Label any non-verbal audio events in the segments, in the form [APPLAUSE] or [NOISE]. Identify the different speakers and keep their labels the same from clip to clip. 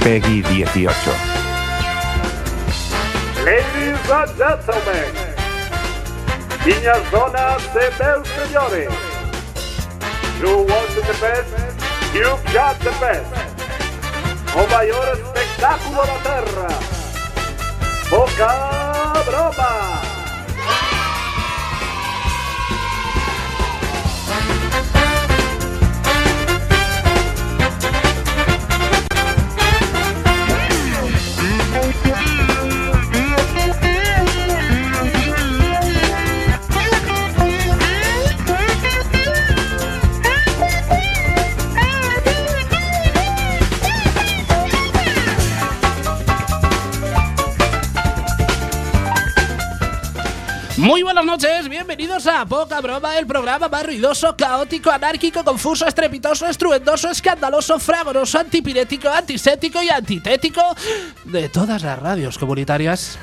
Speaker 1: Peggy 18.
Speaker 2: Ladies and gentlemen, niñas, donas y bellos señores, you want the best, you got the best. Oh, O mayor espectáculo de la tierra, poca broma.
Speaker 3: Muy buenas noches, bienvenidos a Poca Broma, el programa más ruidoso, caótico, anárquico, confuso, estrepitoso, estruendoso, escandaloso, fragoroso, antipirético, antisético y antitético de todas las radios comunitarias.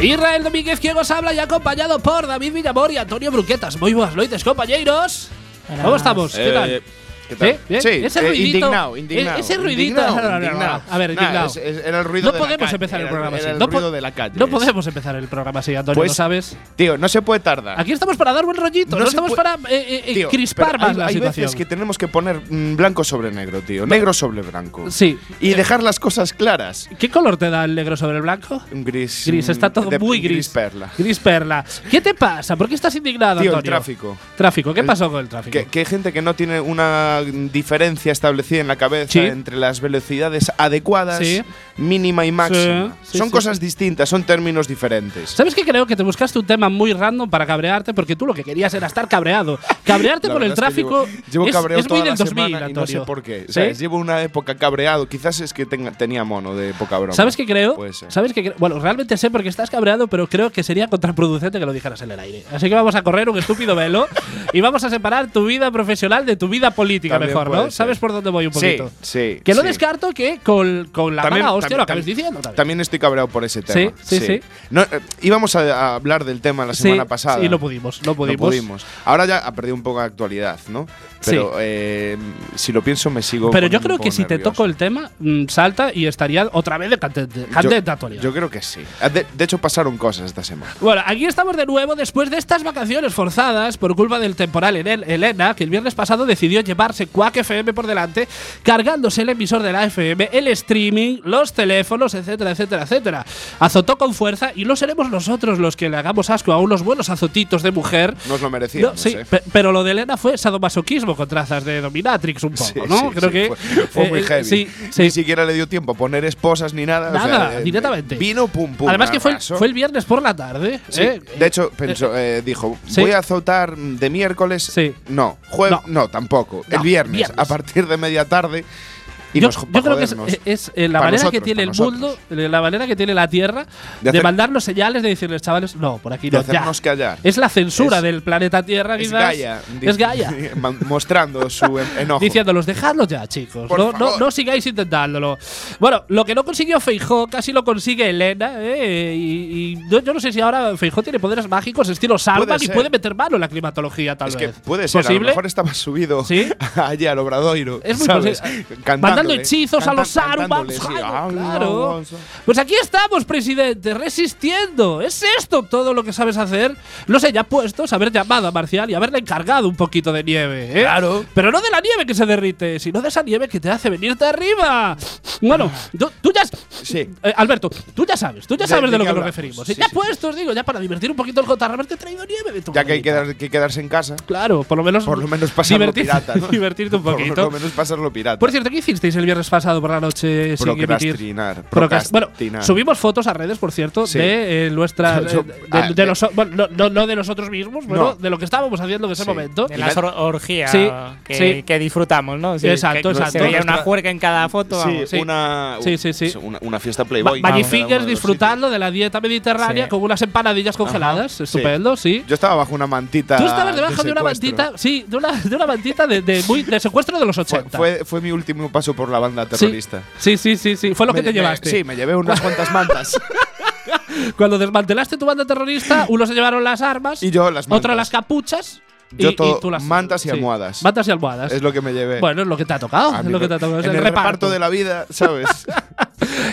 Speaker 3: Israel Domínguez, quien os habla y acompañado por David Villamor y Antonio Bruquetas. Muy buenas noches, compañeros. ¿Cómo estamos? ¿Qué tal?
Speaker 4: Eh, ¿Qué tal?
Speaker 3: ¿Sí? ¿Bien?
Speaker 4: Sí,
Speaker 3: Ese
Speaker 4: eh,
Speaker 3: ruidito.
Speaker 4: indignado, indignado.
Speaker 3: E- ese ruidito.
Speaker 4: Indignado, indignado.
Speaker 3: A ver,
Speaker 4: Nah,
Speaker 3: indignado.
Speaker 4: es- es- era el ruido
Speaker 3: no
Speaker 4: de la
Speaker 3: podemos
Speaker 4: calle,
Speaker 3: empezar el
Speaker 4: era-
Speaker 3: programa
Speaker 4: era
Speaker 3: así.
Speaker 4: el
Speaker 3: No po-
Speaker 4: ruido de la calle,
Speaker 3: No
Speaker 4: es.
Speaker 3: podemos empezar el programa así, Antonio,
Speaker 4: Pues-
Speaker 3: lo sabes.
Speaker 4: Tío, no se puede tardar.
Speaker 3: Aquí estamos para dar buen rollito, no,
Speaker 4: No se
Speaker 3: estamos
Speaker 4: puede-
Speaker 3: para eh, eh,
Speaker 4: Tío,
Speaker 3: crispar
Speaker 4: pero
Speaker 3: más
Speaker 4: hay,
Speaker 3: la
Speaker 4: hay
Speaker 3: situación.
Speaker 4: veces que tenemos que poner mm, blanco sobre negro, tío. Negro sobre blanco.
Speaker 3: Sí.
Speaker 4: Y dejar las cosas claras.
Speaker 3: ¿Qué color te da el negro sobre el blanco?
Speaker 4: Un gris.
Speaker 3: Gris, está
Speaker 4: mm,
Speaker 3: todo
Speaker 4: de-
Speaker 3: muy gris.
Speaker 4: Gris perla.
Speaker 3: Gris perla. ¿Qué te pasa? ¿Por qué estás indignado,
Speaker 4: Tío, el
Speaker 3: Antonio?
Speaker 4: tráfico.
Speaker 3: Tráfico, ¿qué
Speaker 4: El-
Speaker 3: pasó con el tráfico?
Speaker 4: Que, que hay gente que no tiene una diferencia establecida en la cabeza
Speaker 3: Sí.
Speaker 4: entre las velocidades adecuadas,
Speaker 3: Sí.
Speaker 4: mínima y máxima.
Speaker 3: Sí, sí,
Speaker 4: son
Speaker 3: sí.
Speaker 4: cosas distintas, son términos diferentes.
Speaker 3: ¿Sabes qué creo? Que te buscaste un tema muy random para cabrearte porque tú lo que querías era estar cabreado. Cabrearte
Speaker 4: La
Speaker 3: por el
Speaker 4: verdad es que
Speaker 3: tráfico
Speaker 4: llevo- llevo,
Speaker 3: es-
Speaker 4: cabreo
Speaker 3: es, muy
Speaker 4: toda
Speaker 3: del
Speaker 4: la
Speaker 3: 2000,
Speaker 4: semana y no sé
Speaker 3: Antonio.
Speaker 4: por qué.
Speaker 3: ¿Sí?
Speaker 4: ¿Sabes? Llevo una época cabreado. Quizás es que tenga- tenía mono de poca broma.
Speaker 3: ¿Sabes qué creo?
Speaker 4: Puede ser.
Speaker 3: ¿Sabes qué cre- Bueno, realmente sé porque estás cabreado, pero creo que sería contraproducente que lo dijeras en el aire. Así que vamos a correr un estúpido velo y vamos a separar tu vida profesional de tu vida política
Speaker 4: También
Speaker 3: mejor, ¿no?
Speaker 4: puede ser.
Speaker 3: ¿Sabes por dónde voy un
Speaker 4: Sí,
Speaker 3: poquito?
Speaker 4: sí,
Speaker 3: Que no
Speaker 4: sí.
Speaker 3: descarto que con, con la mala hostia lo acabes
Speaker 4: tam-
Speaker 3: diciendo también.
Speaker 4: también estoy cabreado por ese tema.
Speaker 3: sí, sí.
Speaker 4: No, eh, íbamos a, a hablar del tema la
Speaker 3: Sí,
Speaker 4: semana pasada.
Speaker 3: sí, no pudimos, no pudimos.
Speaker 4: Ahora ya ha perdido un poco de actualidad, ¿no?
Speaker 3: Sí.
Speaker 4: Pero eh, si lo pienso me sigo.
Speaker 3: Pero yo
Speaker 4: poniendo
Speaker 3: creo
Speaker 4: un
Speaker 3: que
Speaker 4: poco
Speaker 3: si te
Speaker 4: nervioso.
Speaker 3: toco el tema, mm, salta y estaría otra vez de candente,
Speaker 4: Yo-
Speaker 3: candente actualidad.
Speaker 4: Yo creo que sí. Ah, De, de hecho, pasaron cosas esta semana.
Speaker 3: Bueno, aquí estamos de nuevo después de estas vacaciones forzadas por culpa del temporal en el- Elena, que el viernes pasado decidió llevarse Quack FM por delante, cargándose el emisor de la FM, el streaming, los teléfonos, etcétera, etcétera, etcétera. Azotó con fuerza y no seremos nosotros los que le hagamos asco a unos buenos azotitos de mujer.
Speaker 4: Nos lo merecíamos.
Speaker 3: No, sí,
Speaker 4: eh.
Speaker 3: pe- pero lo de Elena fue sadomasoquismo con trazas de Dominatrix un poco,
Speaker 4: Sí,
Speaker 3: ¿no?
Speaker 4: sí,
Speaker 3: Creo
Speaker 4: sí,
Speaker 3: que
Speaker 4: Fue, fue
Speaker 3: eh,
Speaker 4: muy
Speaker 3: eh,
Speaker 4: heavy.
Speaker 3: sí, sí.
Speaker 4: Ni siquiera le dio tiempo a poner esposas ni nada. o sea,
Speaker 3: Nada,
Speaker 4: eh,
Speaker 3: directamente.
Speaker 4: Vino pum pum.
Speaker 3: Además que fue, el-
Speaker 4: arrasó.
Speaker 3: fue el viernes por la tarde.
Speaker 4: Sí,
Speaker 3: ¿eh?
Speaker 4: de hecho, pensó, eh, dijo,
Speaker 3: sí.
Speaker 4: voy a azotar de miércoles.
Speaker 3: Sí.
Speaker 4: No, jueves.
Speaker 3: No.
Speaker 4: No. tampoco.
Speaker 3: No,
Speaker 4: el viernes,
Speaker 3: viernes.
Speaker 4: a partir de media tarde. Y
Speaker 3: yo,
Speaker 4: nos jo-
Speaker 3: yo
Speaker 4: pa'
Speaker 3: creo que es,
Speaker 4: jodernos.
Speaker 3: es, eh, la
Speaker 4: Pa'
Speaker 3: manera que
Speaker 4: nosotros,
Speaker 3: tiene
Speaker 4: pa'
Speaker 3: el
Speaker 4: nosotros.
Speaker 3: mundo, eh, la manera que tiene la Tierra de,
Speaker 4: De hacer-
Speaker 3: mandarnos señales, de decirles, chavales, no, por aquí
Speaker 4: De
Speaker 3: no, ya.
Speaker 4: hacernos callar.
Speaker 3: Es la censura
Speaker 4: Es-
Speaker 3: del planeta Tierra,
Speaker 4: Es
Speaker 3: quizás.
Speaker 4: Gaia. di-
Speaker 3: Es
Speaker 4: [LAUGHS]
Speaker 3: Gaia.
Speaker 4: man- mostrando su en- enojo.
Speaker 3: Diciéndolos, dejadlo ya, chicos.
Speaker 4: Por
Speaker 3: No, no,
Speaker 4: favor.
Speaker 3: no sigáis intentándolo. Bueno, lo que no consiguió Feijó, casi lo consigue Elena. eh, y, y no- yo no sé si ahora Feijó tiene poderes mágicos estilo Salman y
Speaker 4: ser.
Speaker 3: puede meter mano en la climatología, tal
Speaker 4: es que
Speaker 3: vez.
Speaker 4: puede ser, a lo
Speaker 3: ¿Posible?
Speaker 4: mejor estaba subido
Speaker 3: ¿Sí?
Speaker 4: [LAUGHS] allí al obradoiro.
Speaker 3: Es muy
Speaker 4: ¿sabes?
Speaker 3: posible. Mandando
Speaker 4: Cantándole,
Speaker 3: hechizos a los
Speaker 4: cantan-
Speaker 3: Sarumans.
Speaker 4: cantándole, sí.
Speaker 3: Claro,
Speaker 4: Ah,
Speaker 3: claro.
Speaker 4: no, no,
Speaker 3: Pues aquí estamos, presidente, resistiendo. Es esto todo lo que sabes hacer. Los ya puestos, haber llamado a Marcial y haberle encargado un poquito de nieve. ¿eh?
Speaker 4: Claro.
Speaker 3: Pero no de la nieve que se derrite, sino de esa nieve que te hace venirte arriba. Bueno, tú, tú ya.
Speaker 4: Sí.
Speaker 3: Eh, Alberto, tú ya sabes, tú ya
Speaker 4: De-
Speaker 3: sabes de,
Speaker 4: de
Speaker 3: lo
Speaker 4: qué
Speaker 3: que nos
Speaker 4: hablamos.
Speaker 3: referimos.
Speaker 4: Sí,
Speaker 3: ya
Speaker 4: sí.
Speaker 3: puestos, digo, ya para divertir un poquito el Jotarra, haberte traído nieve de tu
Speaker 4: Ya que hay que,
Speaker 3: bodeguita.
Speaker 4: dar- que quedarse en casa.
Speaker 3: Claro, por lo menos.
Speaker 4: Por lo menos pasarlo
Speaker 3: divertir-
Speaker 4: pirata.
Speaker 3: [LAUGHS]
Speaker 4: ¿no?
Speaker 3: divertirte un poquito.
Speaker 4: Por lo menos pasarlo pirata.
Speaker 3: Por cierto, ¿qué hicisteis el viernes pasado por la noche sin emitir?
Speaker 4: Procrastinar.
Speaker 3: Procrast- Bueno,
Speaker 4: procrastinar.
Speaker 3: subimos fotos a redes, por cierto,
Speaker 4: Sí.
Speaker 3: de eh, nuestras.
Speaker 4: [LAUGHS] Yo-
Speaker 3: eh, de,
Speaker 4: ah,
Speaker 3: de
Speaker 4: eh.
Speaker 3: los- bueno, no, no- no de nosotros mismos, bueno,
Speaker 4: No.
Speaker 3: de lo que estábamos haciendo en ese
Speaker 4: Sí.
Speaker 3: momento.
Speaker 5: De
Speaker 4: Y
Speaker 5: las
Speaker 4: la-
Speaker 5: or- orgías
Speaker 3: Sí,
Speaker 5: que,
Speaker 3: sí.
Speaker 5: que disfrutamos, ¿no?
Speaker 3: Exacto,
Speaker 5: que- que
Speaker 3: exacto.
Speaker 5: Se veía una
Speaker 4: Nuestra-
Speaker 5: juerga en cada foto.
Speaker 4: Sí,
Speaker 5: vamos.
Speaker 3: sí.
Speaker 4: Una,
Speaker 3: Sí, sí, sí.
Speaker 4: Una, una fiesta
Speaker 3: Ma- Maggie
Speaker 4: Playboy. en cada uno de
Speaker 3: Fingers
Speaker 4: los
Speaker 3: disfrutando de la dieta mediterránea
Speaker 5: Sí.
Speaker 3: con unas empanadillas congeladas. Estupendo, sí.
Speaker 4: sitios. Yo estaba bajo una mantita.
Speaker 3: Tú estabas debajo de, una
Speaker 4: secuestro.
Speaker 3: mantita, sí, de una, de una mantita de, de muy, de secuestro de los
Speaker 4: Fue,
Speaker 3: 80.
Speaker 4: fue, fue mi último paso por la banda
Speaker 3: Sí.
Speaker 4: terrorista.
Speaker 3: Sí, sí, sí, sí. Fue lo que
Speaker 4: Me-
Speaker 3: te
Speaker 4: me-
Speaker 3: llevaste.
Speaker 4: Sí, me llevé unas cuantas mantas. [CLEARS THROAT]
Speaker 3: Cuando desmantelaste tu banda terrorista, unos se llevaron las armas, [LAUGHS]
Speaker 4: Y yo las mantas.
Speaker 3: otro las capuchas
Speaker 4: Yo
Speaker 3: y,
Speaker 4: todo-
Speaker 3: y tú las-
Speaker 4: mantas y
Speaker 3: sí,
Speaker 4: almohadas.
Speaker 3: Mantas y almohadas.
Speaker 4: Es lo que me llevé.
Speaker 3: bueno, es lo que te ha tocado.
Speaker 4: A
Speaker 3: Es
Speaker 4: mí
Speaker 3: lo que
Speaker 4: me-
Speaker 3: te ha tocado. Es
Speaker 4: en el, reparto de la vida,
Speaker 3: [LAUGHS]
Speaker 4: ¿sabes?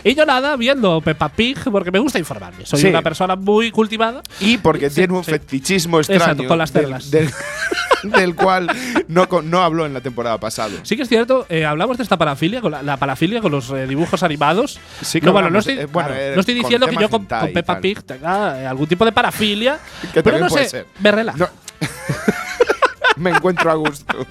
Speaker 3: Y yo nada, viendo Peppa Pig, porque me gusta informarme. Soy
Speaker 4: Sí.
Speaker 3: una persona muy cultivada.
Speaker 4: y porque
Speaker 3: Sí,
Speaker 4: tiene un
Speaker 3: sí.
Speaker 4: fetichismo
Speaker 3: Exacto,
Speaker 4: extraño.
Speaker 3: con las
Speaker 4: del-
Speaker 3: perlas.
Speaker 4: Del, [LAUGHS] del cual no, co- no habló en la temporada pasada.
Speaker 3: Sí que es cierto, eh, hablamos de esta parafilia, con la, la parafilia con los eh, dibujos animados.
Speaker 4: Sí que
Speaker 3: no, bueno, no
Speaker 4: hablamos,
Speaker 3: estoy,
Speaker 4: eh, bueno,
Speaker 3: claro,
Speaker 4: eh,
Speaker 3: no estoy
Speaker 4: con
Speaker 3: diciendo que
Speaker 4: tema
Speaker 3: yo con,
Speaker 4: hentai
Speaker 3: con
Speaker 4: y
Speaker 3: Peppa
Speaker 4: tal.
Speaker 3: Pig tenga eh, algún tipo de parafilia,
Speaker 4: Que
Speaker 3: pero
Speaker 4: también
Speaker 3: no
Speaker 4: puede
Speaker 3: sé,
Speaker 4: ser.
Speaker 3: me relaja.
Speaker 4: No. [LAUGHS] me encuentro a gusto.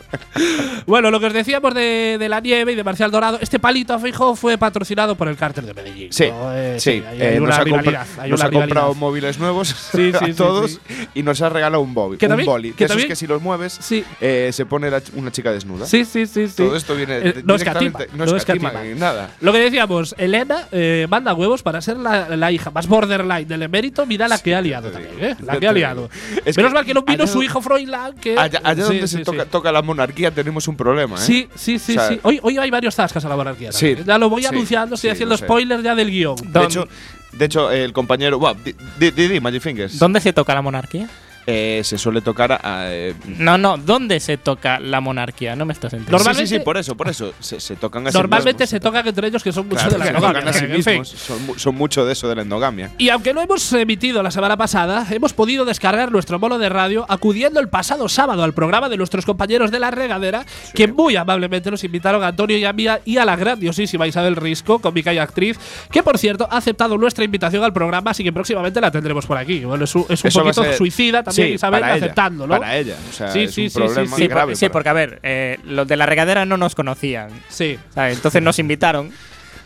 Speaker 3: Bueno, lo que os decíamos de, de la nieve y de Marcial Dorado, este palito fijo fue patrocinado por el cárter de Medellín.
Speaker 4: Sí,
Speaker 3: ¿no? Eh,
Speaker 4: sí.
Speaker 3: hay,
Speaker 4: eh,
Speaker 3: hay
Speaker 4: nos
Speaker 3: una
Speaker 4: ha, compra-
Speaker 3: rivalidad. hay
Speaker 4: nos
Speaker 3: una
Speaker 4: ha comprado
Speaker 3: rivalidad.
Speaker 4: móviles nuevos [LAUGHS]
Speaker 3: Sí,
Speaker 4: a
Speaker 3: sí, sí,
Speaker 4: todos
Speaker 3: sí.
Speaker 4: y nos ha regalado un, boli,
Speaker 3: Que
Speaker 4: un
Speaker 3: también-
Speaker 4: boli.
Speaker 3: que
Speaker 4: de esos
Speaker 3: también-
Speaker 4: que si los mueves
Speaker 3: Sí.
Speaker 4: eh, se pone la ch- una chica desnuda.
Speaker 3: Sí, sí, sí, sí.
Speaker 4: Todo esto viene
Speaker 3: Eh,
Speaker 4: de-
Speaker 3: no
Speaker 4: directamente-
Speaker 3: escatima,
Speaker 4: no
Speaker 3: no
Speaker 4: escatima eh.
Speaker 3: escatima.
Speaker 4: en nada.
Speaker 3: Lo que decíamos, Elena eh, manda huevos para ser la, la hija más borderline del emérito. Mira la que ha liado
Speaker 4: te
Speaker 3: también,
Speaker 4: digo,
Speaker 3: ¿eh? La
Speaker 4: yo
Speaker 3: que ha
Speaker 4: te
Speaker 3: liado.
Speaker 4: digo. Es
Speaker 3: Menos
Speaker 4: que
Speaker 3: mal que no vino
Speaker 4: allá-
Speaker 3: su hijo Froilán. Que,
Speaker 4: Allá, allá
Speaker 3: Eh, Sí,
Speaker 4: donde se
Speaker 3: sí,
Speaker 4: toca,
Speaker 3: sí.
Speaker 4: toca la monarquía tenemos un problema, ¿eh?
Speaker 3: Sí, sí, sí,
Speaker 4: O sea-
Speaker 3: sí. Hoy, hoy hay varios tascas a la monarquía.
Speaker 4: Sí,
Speaker 3: también. ya lo voy
Speaker 4: sí,
Speaker 3: anunciando, estoy
Speaker 4: sí,
Speaker 3: haciendo
Speaker 4: lo sé.
Speaker 3: spoiler ya del guión.
Speaker 4: De hecho, de hecho, el compañero. Buah, di, di- di- di, Magic Fingers.
Speaker 1: ¿Dónde se toca la monarquía?
Speaker 4: Eh, se suele tocar a. eh,
Speaker 1: No, no, ¿dónde se toca la monarquía? No me estás entendiendo.
Speaker 3: Normalmente-
Speaker 4: sí, sí, sí, por eso, por eso. Se, se tocan a sí
Speaker 3: Normalmente
Speaker 4: mismos.
Speaker 3: se tocan entre ellos que son muchos
Speaker 4: Claro,
Speaker 3: de la
Speaker 4: se
Speaker 3: endogamia,
Speaker 4: tocan a sí
Speaker 3: en fin.
Speaker 4: mismos. Son, mu- son mucho de eso de la endogamia.
Speaker 3: Y aunque no hemos emitido la semana pasada, hemos podido descargar nuestro mono de radio acudiendo el pasado sábado al programa de nuestros compañeros de la regadera, que muy amablemente nos invitaron a Antonio y a mí y a la grandiosísima Isabel Risco, cómica y actriz, que por cierto ha aceptado nuestra invitación al programa, así que próximamente la tendremos por aquí. Bueno, es un, es un
Speaker 4: Eso va a
Speaker 3: poquito
Speaker 4: ser-
Speaker 3: suicida también
Speaker 4: sí,
Speaker 3: Isabel
Speaker 4: para ella,
Speaker 3: aceptándolo.
Speaker 4: Para e- ella. O sea,
Speaker 3: Sí,
Speaker 4: es
Speaker 3: sí,
Speaker 4: un
Speaker 3: sí, sí,
Speaker 4: problema
Speaker 1: Sí, por-
Speaker 4: grave.
Speaker 1: sí,
Speaker 4: para-
Speaker 1: porque a ver, eh, los de la regadera no nos conocían.
Speaker 3: Sí.
Speaker 1: ¿sabes? Entonces nos invitaron,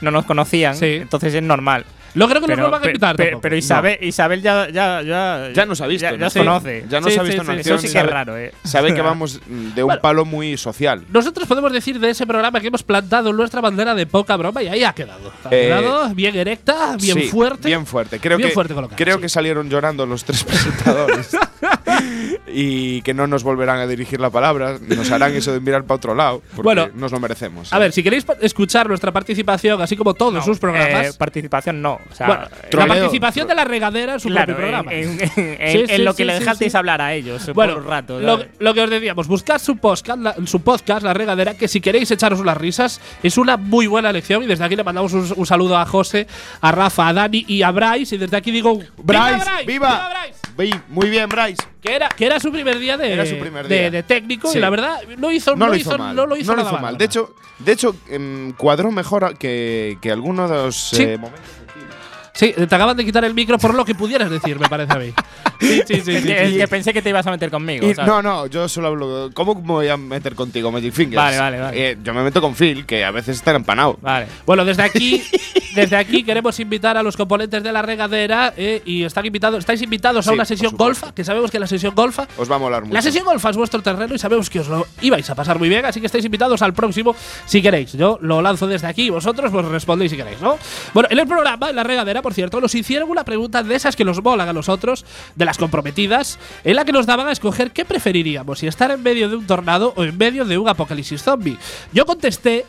Speaker 1: no nos conocían,
Speaker 3: Sí.
Speaker 1: entonces es normal.
Speaker 3: Lo creo que nos
Speaker 1: Pero,
Speaker 3: vuelvan a
Speaker 1: pe-
Speaker 3: invitar.
Speaker 1: pe-
Speaker 3: tampoco.
Speaker 1: pero Isabel, Isabel ya, ya, ya,
Speaker 4: Ya nos ha visto,
Speaker 1: Ya,
Speaker 4: ¿no?
Speaker 1: ya se
Speaker 4: Sí.
Speaker 1: conoce.
Speaker 4: Ya nos
Speaker 3: Sí,
Speaker 4: ha
Speaker 3: sí,
Speaker 4: visto
Speaker 3: sí,
Speaker 4: en
Speaker 3: sí.
Speaker 1: Eso
Speaker 4: acción.
Speaker 1: sí que es
Speaker 4: sabe-
Speaker 1: raro, ¿eh?
Speaker 4: Sabe que vamos mm, de un
Speaker 3: Bueno.
Speaker 4: palo muy social.
Speaker 3: Nosotros podemos decir de ese programa que hemos plantado nuestra bandera de poca broma y ahí ha quedado. Ha
Speaker 4: Eh,
Speaker 3: quedado bien erecta, bien
Speaker 4: Sí,
Speaker 3: fuerte.
Speaker 4: Bien fuerte. Creo,
Speaker 3: Bien
Speaker 4: que,
Speaker 3: fuerte colocada,
Speaker 4: creo
Speaker 3: sí.
Speaker 4: que salieron llorando los tres [LAUGHS] presentadores. y que no nos volverán a dirigir la palabra. Nos harán eso de mirar para otro lado. Porque
Speaker 3: Bueno,
Speaker 4: nos lo merecemos. ¿eh?
Speaker 3: A ver, si queréis pa- escuchar nuestra participación, así como todos sus programas.
Speaker 1: Eh, participación no. O sea,
Speaker 3: bueno,
Speaker 1: eh,
Speaker 3: la
Speaker 4: troleo.
Speaker 3: participación de la regadera en su
Speaker 1: claro,
Speaker 3: propio programa.
Speaker 1: en, en-
Speaker 3: [LAUGHS]
Speaker 1: en-
Speaker 3: Sí,
Speaker 1: en
Speaker 3: sí,
Speaker 1: lo
Speaker 3: sí,
Speaker 1: que le
Speaker 3: sí,
Speaker 1: dejasteis
Speaker 3: sí.
Speaker 1: hablar a ellos eh,
Speaker 3: bueno,
Speaker 1: por un rato.
Speaker 3: lo,
Speaker 1: ¿sabes?
Speaker 3: lo que os decíamos, buscad su podcast, la, su podcast, La Regadera, que si queréis echaros unas risas, es una muy buena lección. Y desde aquí le mandamos un, un saludo a José, a Rafa, a Dani y a Bryce. Y desde aquí digo:
Speaker 4: Bryce,
Speaker 3: ¡Viva! Bryce!
Speaker 4: viva.
Speaker 3: ¡Viva Bryce!
Speaker 4: Vi- Muy bien, Bryce.
Speaker 3: Que era, que era su primer día de,
Speaker 4: Era su primer
Speaker 3: de-
Speaker 4: día.
Speaker 3: de técnico
Speaker 4: Sí.
Speaker 3: y la verdad no, hizo,
Speaker 4: No, lo hizo, mal.
Speaker 3: no lo hizo nada
Speaker 4: mal. De hecho, de hecho em, cuadró mejor a- que, que alguno de los
Speaker 3: Sí.
Speaker 4: eh, momentos.
Speaker 3: Sí, te acaban de quitar el micro por lo que pudieras decir, me parece a
Speaker 4: [LAUGHS]
Speaker 3: mí. Sí, sí, sí.
Speaker 1: Es
Speaker 3: sí,
Speaker 1: que, es
Speaker 3: sí.
Speaker 1: que pensé que te ibas a meter conmigo.
Speaker 4: Y-
Speaker 1: ¿sabes?
Speaker 4: no, no, yo solo hablo. ¿Cómo me voy a meter contigo, Magic Fingers?
Speaker 1: Vale, vale, vale.
Speaker 4: Eh, yo me meto con Phil, que a veces está empanado.
Speaker 1: Vale.
Speaker 3: Bueno, desde
Speaker 4: [LAUGHS]
Speaker 3: aquí, desde aquí queremos invitar a los componentes de la regadera eh, y están invitados, estáis invitados a
Speaker 4: Sí,
Speaker 3: una
Speaker 4: por
Speaker 3: sesión
Speaker 4: supuesto.
Speaker 3: golfa, que sabemos que la sesión golfa.
Speaker 4: Os va a molar mucho.
Speaker 3: La sesión golfa es vuestro terreno y sabemos que os lo ibais a pasar muy bien, así que estáis invitados al próximo si queréis. Yo lo lanzo desde aquí y vosotros pues respondéis si queréis, ¿no? Bueno, en el programa, en la regadera, por cierto, nos hicieron una pregunta de esas que nos molan a nosotros, de las comprometidas, en la que nos daban a escoger qué preferiríamos, si estar en medio de un tornado o en medio de un apocalipsis zombie. Yo contesté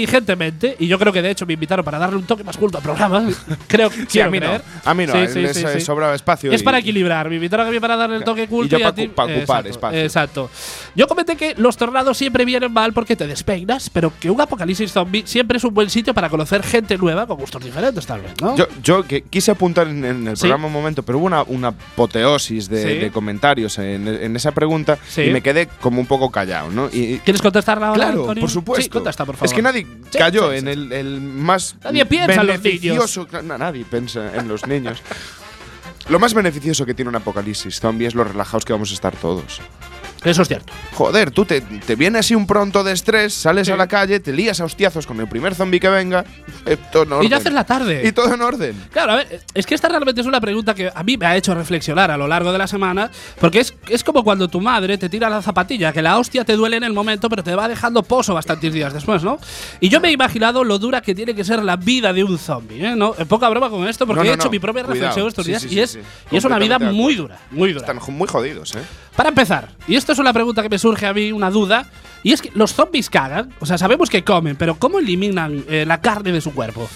Speaker 3: inteligentemente, y yo creo que de hecho me invitaron para darle un toque más culto al programa. [LAUGHS] creo que
Speaker 4: Sí, a mí no. A mí no,
Speaker 3: Sí,
Speaker 4: a él
Speaker 3: sí,
Speaker 4: les,
Speaker 3: sí,
Speaker 4: eh,
Speaker 3: sí.
Speaker 4: sobraba espacio.
Speaker 3: Es
Speaker 4: y-
Speaker 3: para equilibrar. Me invitaron a mí para darle el toque
Speaker 4: Y
Speaker 3: culto
Speaker 4: yo
Speaker 3: y, a
Speaker 4: pa
Speaker 3: ti.
Speaker 4: cu- pa ocupar
Speaker 3: exacto,
Speaker 4: espacio.
Speaker 3: Exacto. Yo comenté que los tornados siempre vienen mal porque te despeinas, pero que un apocalipsis zombie siempre es un buen sitio para conocer gente nueva con gustos diferentes, tal vez, ¿no?
Speaker 4: Yo, yo que quise apuntar en, en el
Speaker 3: Sí.
Speaker 4: programa un momento, pero hubo una, una apoteosis de,
Speaker 3: Sí.
Speaker 4: de comentarios en, en esa pregunta
Speaker 3: Sí.
Speaker 4: y me quedé como un poco callado, ¿no? Y,
Speaker 3: ¿Quieres contestarla ahora?
Speaker 4: claro,
Speaker 3: Antonio?
Speaker 4: por supuesto.
Speaker 3: Sí, contesta, por favor.
Speaker 4: Es que nadie
Speaker 3: Sí,
Speaker 4: cayó
Speaker 3: sí, sí.
Speaker 4: en el, el más
Speaker 3: Nadie piensa en los
Speaker 4: beneficioso- Na- nadie piensa en los niños. Lo más beneficioso que tiene un apocalipsis zombie es lo relajados que vamos a estar todos.
Speaker 3: Eso es cierto.
Speaker 4: Joder, tú te, te viene así un pronto de estrés, sales
Speaker 3: Sí.
Speaker 4: a la calle, te lías a hostiazos con el primer zombie que venga. [LAUGHS] eh, todo en
Speaker 3: Y
Speaker 4: orden.
Speaker 3: ya haces la tarde.
Speaker 4: [LAUGHS] Y todo en orden.
Speaker 3: Claro, a ver, es que esta realmente es una pregunta que a mí me ha hecho reflexionar a lo largo de la semana, porque es, es como cuando tu madre te tira la zapatilla, que la hostia te duele en el momento, pero te va dejando pozo bastantes días después, ¿no? Y yo me he imaginado lo dura que tiene que ser la vida de un zombie, ¿eh? ¿No? En poca broma con esto, porque
Speaker 4: No, no,
Speaker 3: he hecho
Speaker 4: no,
Speaker 3: mi propia
Speaker 4: cuidado.
Speaker 3: reflexión estos
Speaker 4: Sí,
Speaker 3: días
Speaker 4: sí,
Speaker 3: y,
Speaker 4: sí,
Speaker 3: es,
Speaker 4: sí.
Speaker 3: y es una vida
Speaker 4: Completamente de
Speaker 3: muy dura, muy dura.
Speaker 4: Están jo- muy jodidos, ¿eh?
Speaker 3: Para empezar, y esto es una pregunta que me surge a mí, una duda, y es que los zombies cagan, o sea, sabemos que comen, pero ¿cómo eliminan eh, la carne de su cuerpo?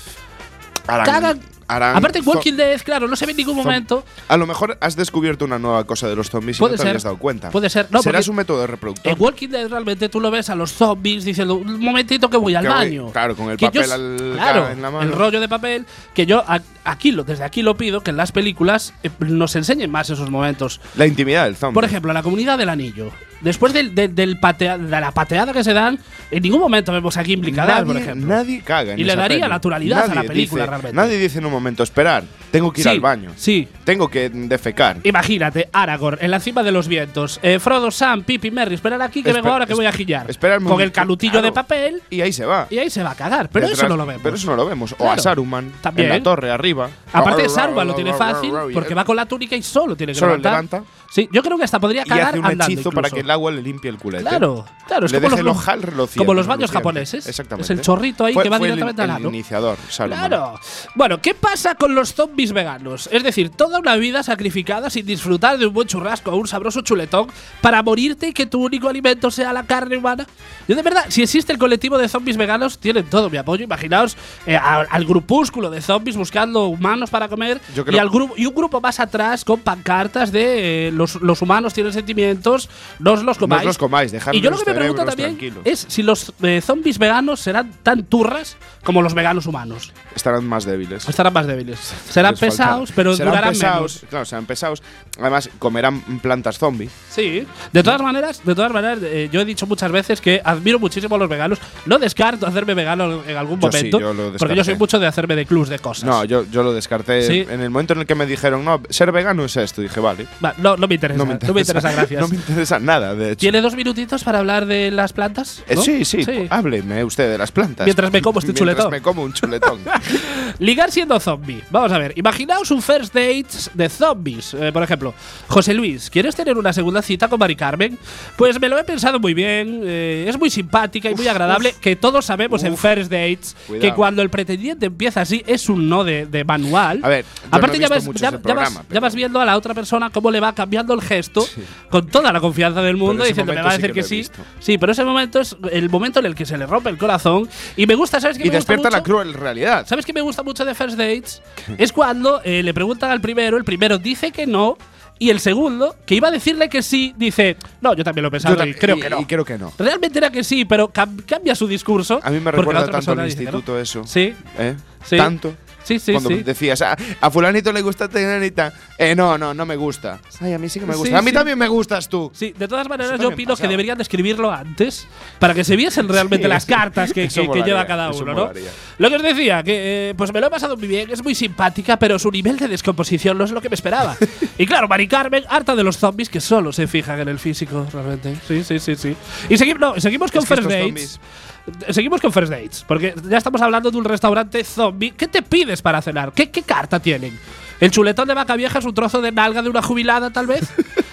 Speaker 4: Harán,
Speaker 3: Cagan-
Speaker 4: harán
Speaker 3: Aparte, en
Speaker 4: zo-
Speaker 3: Walking Dead, claro, no se ve en ningún
Speaker 4: zom-
Speaker 3: momento.
Speaker 4: A lo mejor has descubierto una nueva cosa de los zombies y
Speaker 3: Puede
Speaker 4: no te
Speaker 3: ser.
Speaker 4: habías dado cuenta.
Speaker 3: Puede ser. No,
Speaker 4: Serás
Speaker 3: porque-
Speaker 4: un método
Speaker 3: En
Speaker 4: reproductor.
Speaker 3: Walking Dead realmente tú lo ves a los zombies diciendo, un momentito que voy al
Speaker 4: Que voy",
Speaker 3: baño.
Speaker 4: claro, con el
Speaker 3: Que
Speaker 4: papel
Speaker 3: yo-
Speaker 4: al-
Speaker 3: claro,
Speaker 4: en la mano.
Speaker 3: el rollo de papel, que yo a- aquí, lo, desde aquí lo pido, que en las películas eh, nos enseñen más esos momentos.
Speaker 4: La intimidad del zombie.
Speaker 3: Por ejemplo, la comunidad del anillo. Después del, del- del patea- de la pateada que se dan, en ningún momento vemos aquí implicadas,
Speaker 4: nadie,
Speaker 3: por ejemplo.
Speaker 4: nadie caga. en
Speaker 3: Y le
Speaker 4: esa
Speaker 3: daría
Speaker 4: peli.
Speaker 3: naturalidad a la película,
Speaker 4: dice-
Speaker 3: realmente.
Speaker 4: Nadie dice en un momento, esperar, tengo que ir
Speaker 3: Sí,
Speaker 4: al baño.
Speaker 3: Sí.
Speaker 4: Tengo que defecar.
Speaker 3: Imagínate, Aragorn, en la cima de los vientos. Eh, Frodo, Sam, Pipi, Merry, esperar aquí que
Speaker 4: Espe-
Speaker 3: vengo ahora que
Speaker 4: es-
Speaker 3: voy a gillar.
Speaker 4: espera un
Speaker 3: Con el
Speaker 4: momento,
Speaker 3: calutillo
Speaker 4: claro.
Speaker 3: de papel
Speaker 4: Y ahí se va.
Speaker 3: y ahí se va a cagar. Pero
Speaker 4: Detrás-
Speaker 3: eso no lo vemos.
Speaker 4: Pero eso no lo vemos. O a
Speaker 3: Claro.
Speaker 4: Saruman
Speaker 3: También.
Speaker 4: en la torre arriba.
Speaker 3: Aparte Sarva lo tiene fácil
Speaker 4: Y-
Speaker 3: porque va con la túnica y solo tiene que
Speaker 4: Solo
Speaker 3: levantar.
Speaker 4: levanta.
Speaker 3: Sí, yo creo que hasta podría
Speaker 4: y
Speaker 3: cagar
Speaker 4: hace un
Speaker 3: andando
Speaker 4: hechizo para
Speaker 3: incluso.
Speaker 4: que el agua le limpie el culete.
Speaker 3: Claro, claro, es
Speaker 4: Le
Speaker 3: como los,
Speaker 4: deje el ojal reluciente,
Speaker 3: como los baños
Speaker 4: reluciente.
Speaker 3: japoneses.
Speaker 4: Exactamente.
Speaker 3: Es el chorrito ahí
Speaker 4: Fue-
Speaker 3: que va
Speaker 4: fue el-
Speaker 3: directamente al
Speaker 4: el
Speaker 3: ano.
Speaker 4: iniciador, Saruman.
Speaker 3: Claro. Bueno, ¿qué pasa con los zombies veganos? Es decir, toda una vida sacrificada sin disfrutar de un buen churrasco o un sabroso chuletón para morirte y que tu único alimento sea la carne humana. Yo de verdad, si existe el colectivo de zombies veganos, tienen todo mi apoyo. Imaginaos eh, a- al grupúsculo de zombies buscando humanos para comer
Speaker 4: Yo
Speaker 3: y,
Speaker 4: creo-
Speaker 3: al grupo, y un grupo más atrás con pancartas de eh, los, los humanos tienen sentimientos, no os los
Speaker 4: No
Speaker 3: comáis.
Speaker 4: os los comáis, dejadnos
Speaker 3: y yo lo que me
Speaker 4: los
Speaker 3: pregunto
Speaker 4: cerebros
Speaker 3: también
Speaker 4: tranquilos.
Speaker 3: es si los eh, zombies veganos serán tan turras como los veganos humanos.
Speaker 4: Estarán más débiles.
Speaker 3: Estarán más débiles. Pues
Speaker 4: [LAUGHS]
Speaker 3: Serán
Speaker 4: Les faltará.
Speaker 3: pesados, pero
Speaker 4: Serán
Speaker 3: durarán
Speaker 4: pesados,
Speaker 3: menos.
Speaker 4: Claro, serán pesados. Además, comerán plantas zombie.
Speaker 3: Sí. De todas maneras, de todas maneras, eh, yo he dicho muchas veces que admiro muchísimo a los veganos. No descarto hacerme vegano en algún
Speaker 4: Yo sí,
Speaker 3: momento.
Speaker 4: yo lo
Speaker 3: porque yo soy
Speaker 4: descarté.
Speaker 3: mucho de hacerme de clubs de cosas.
Speaker 4: No, yo, yo lo descarté.
Speaker 3: Sí.
Speaker 4: En el momento en el que me dijeron, no, ser vegano es esto, dije, vale.
Speaker 3: Va, no, no me interesa.
Speaker 4: No me interesa, [LAUGHS]
Speaker 3: gracias.
Speaker 4: No me interesa nada, de hecho.
Speaker 3: ¿Tiene dos minutitos para hablar de las plantas?
Speaker 4: Eh,
Speaker 3: ¿No?
Speaker 4: sí, sí, hábleme usted de las plantas.
Speaker 3: Mientras me como este
Speaker 4: Mientras
Speaker 3: chuletón.
Speaker 4: me como
Speaker 3: [LAUGHS]
Speaker 4: un chuletón.
Speaker 3: Ligar siendo zombie. Vamos a ver, imaginaos un first date de zombies. Eh, por ejemplo, José Luis, ¿quieres tener una segunda cita con Mari Carmen? Pues me lo he pensado muy bien, eh, es muy simpática y muy agradable, que todos sabemos en
Speaker 4: uf.
Speaker 3: first dates que
Speaker 4: Cuidado.
Speaker 3: cuando el pretendiente empieza así es un no de, de manual.
Speaker 4: A ver, yo
Speaker 3: aparte
Speaker 4: no he
Speaker 3: ya,
Speaker 4: visto
Speaker 3: vas,
Speaker 4: mucho
Speaker 3: ya- ya
Speaker 4: ese
Speaker 3: vas-
Speaker 4: programa,
Speaker 3: ya vas
Speaker 4: pero-
Speaker 3: viendo a la otra persona cómo le va cambiando el gesto con toda la confianza del mundo
Speaker 4: ese
Speaker 3: diciendo me
Speaker 4: momento
Speaker 3: va a
Speaker 4: sí
Speaker 3: decir que,
Speaker 4: que lo he
Speaker 3: sí.
Speaker 4: visto.
Speaker 3: Sí, pero ese momento es el momento en el que se le rompe el corazón y me gusta, ¿sabes qué
Speaker 4: y
Speaker 3: me gusta
Speaker 4: despierta la
Speaker 3: mucho?
Speaker 4: cruel realidad.
Speaker 3: ¿Sabes qué me gusta mucho de First Dates? es cuando eh, le preguntan al primero, el primero dice que no, y el segundo, que iba a decirle que sí, dice, no, yo también lo he pensado
Speaker 4: Yo también-
Speaker 3: y creo
Speaker 4: y-
Speaker 3: que no.
Speaker 4: y creo que no.
Speaker 3: Realmente era que sí, pero cam- cambia su discurso.
Speaker 4: A mí me
Speaker 3: porque la
Speaker 4: recuerda
Speaker 3: otra
Speaker 4: tanto
Speaker 3: persona
Speaker 4: al
Speaker 3: dice que no.
Speaker 4: instituto eso.
Speaker 3: Sí,
Speaker 4: ¿Eh?
Speaker 3: Sí.
Speaker 4: Tanto.
Speaker 3: sí, sí.
Speaker 4: Cuando
Speaker 3: sí.
Speaker 4: decías, "Ah, a fulanito le gusta Tenanita. Eh, no, no, no me gusta. Ay, a mí sí que me
Speaker 3: Sí,
Speaker 4: gusta. a mí
Speaker 3: sí.
Speaker 4: también me gustas tú.
Speaker 3: Sí, de todas maneras
Speaker 4: Eso
Speaker 3: yo
Speaker 4: también
Speaker 3: opino que
Speaker 4: pasaba.
Speaker 3: deberían describirlo antes para que se viesen realmente
Speaker 4: [LAUGHS] Sí,
Speaker 3: las cartas que,
Speaker 4: eso
Speaker 3: que- que
Speaker 4: molaría,
Speaker 3: lleva cada
Speaker 4: eso
Speaker 3: uno, ¿no?
Speaker 4: molaría.
Speaker 3: Lo que os decía, que eh, pues me lo he pasado muy bien, es muy simpática, pero su nivel de descomposición no es lo que me
Speaker 4: [LAUGHS]
Speaker 3: esperaba. y claro, Mari Carmen, harta de los zombies que solo se fijan en el físico, realmente. Sí, sí, sí, sí. Y segui- no, seguimos con
Speaker 4: Es que
Speaker 3: First
Speaker 4: estos
Speaker 3: Dates. Seguimos con First Dates, porque ya estamos hablando de un restaurante zombie. ¿Qué te pides para cenar? ¿Qué, qué carta tienen? ¿El chuletón de vaca vieja es un trozo de nalga de una jubilada, tal vez?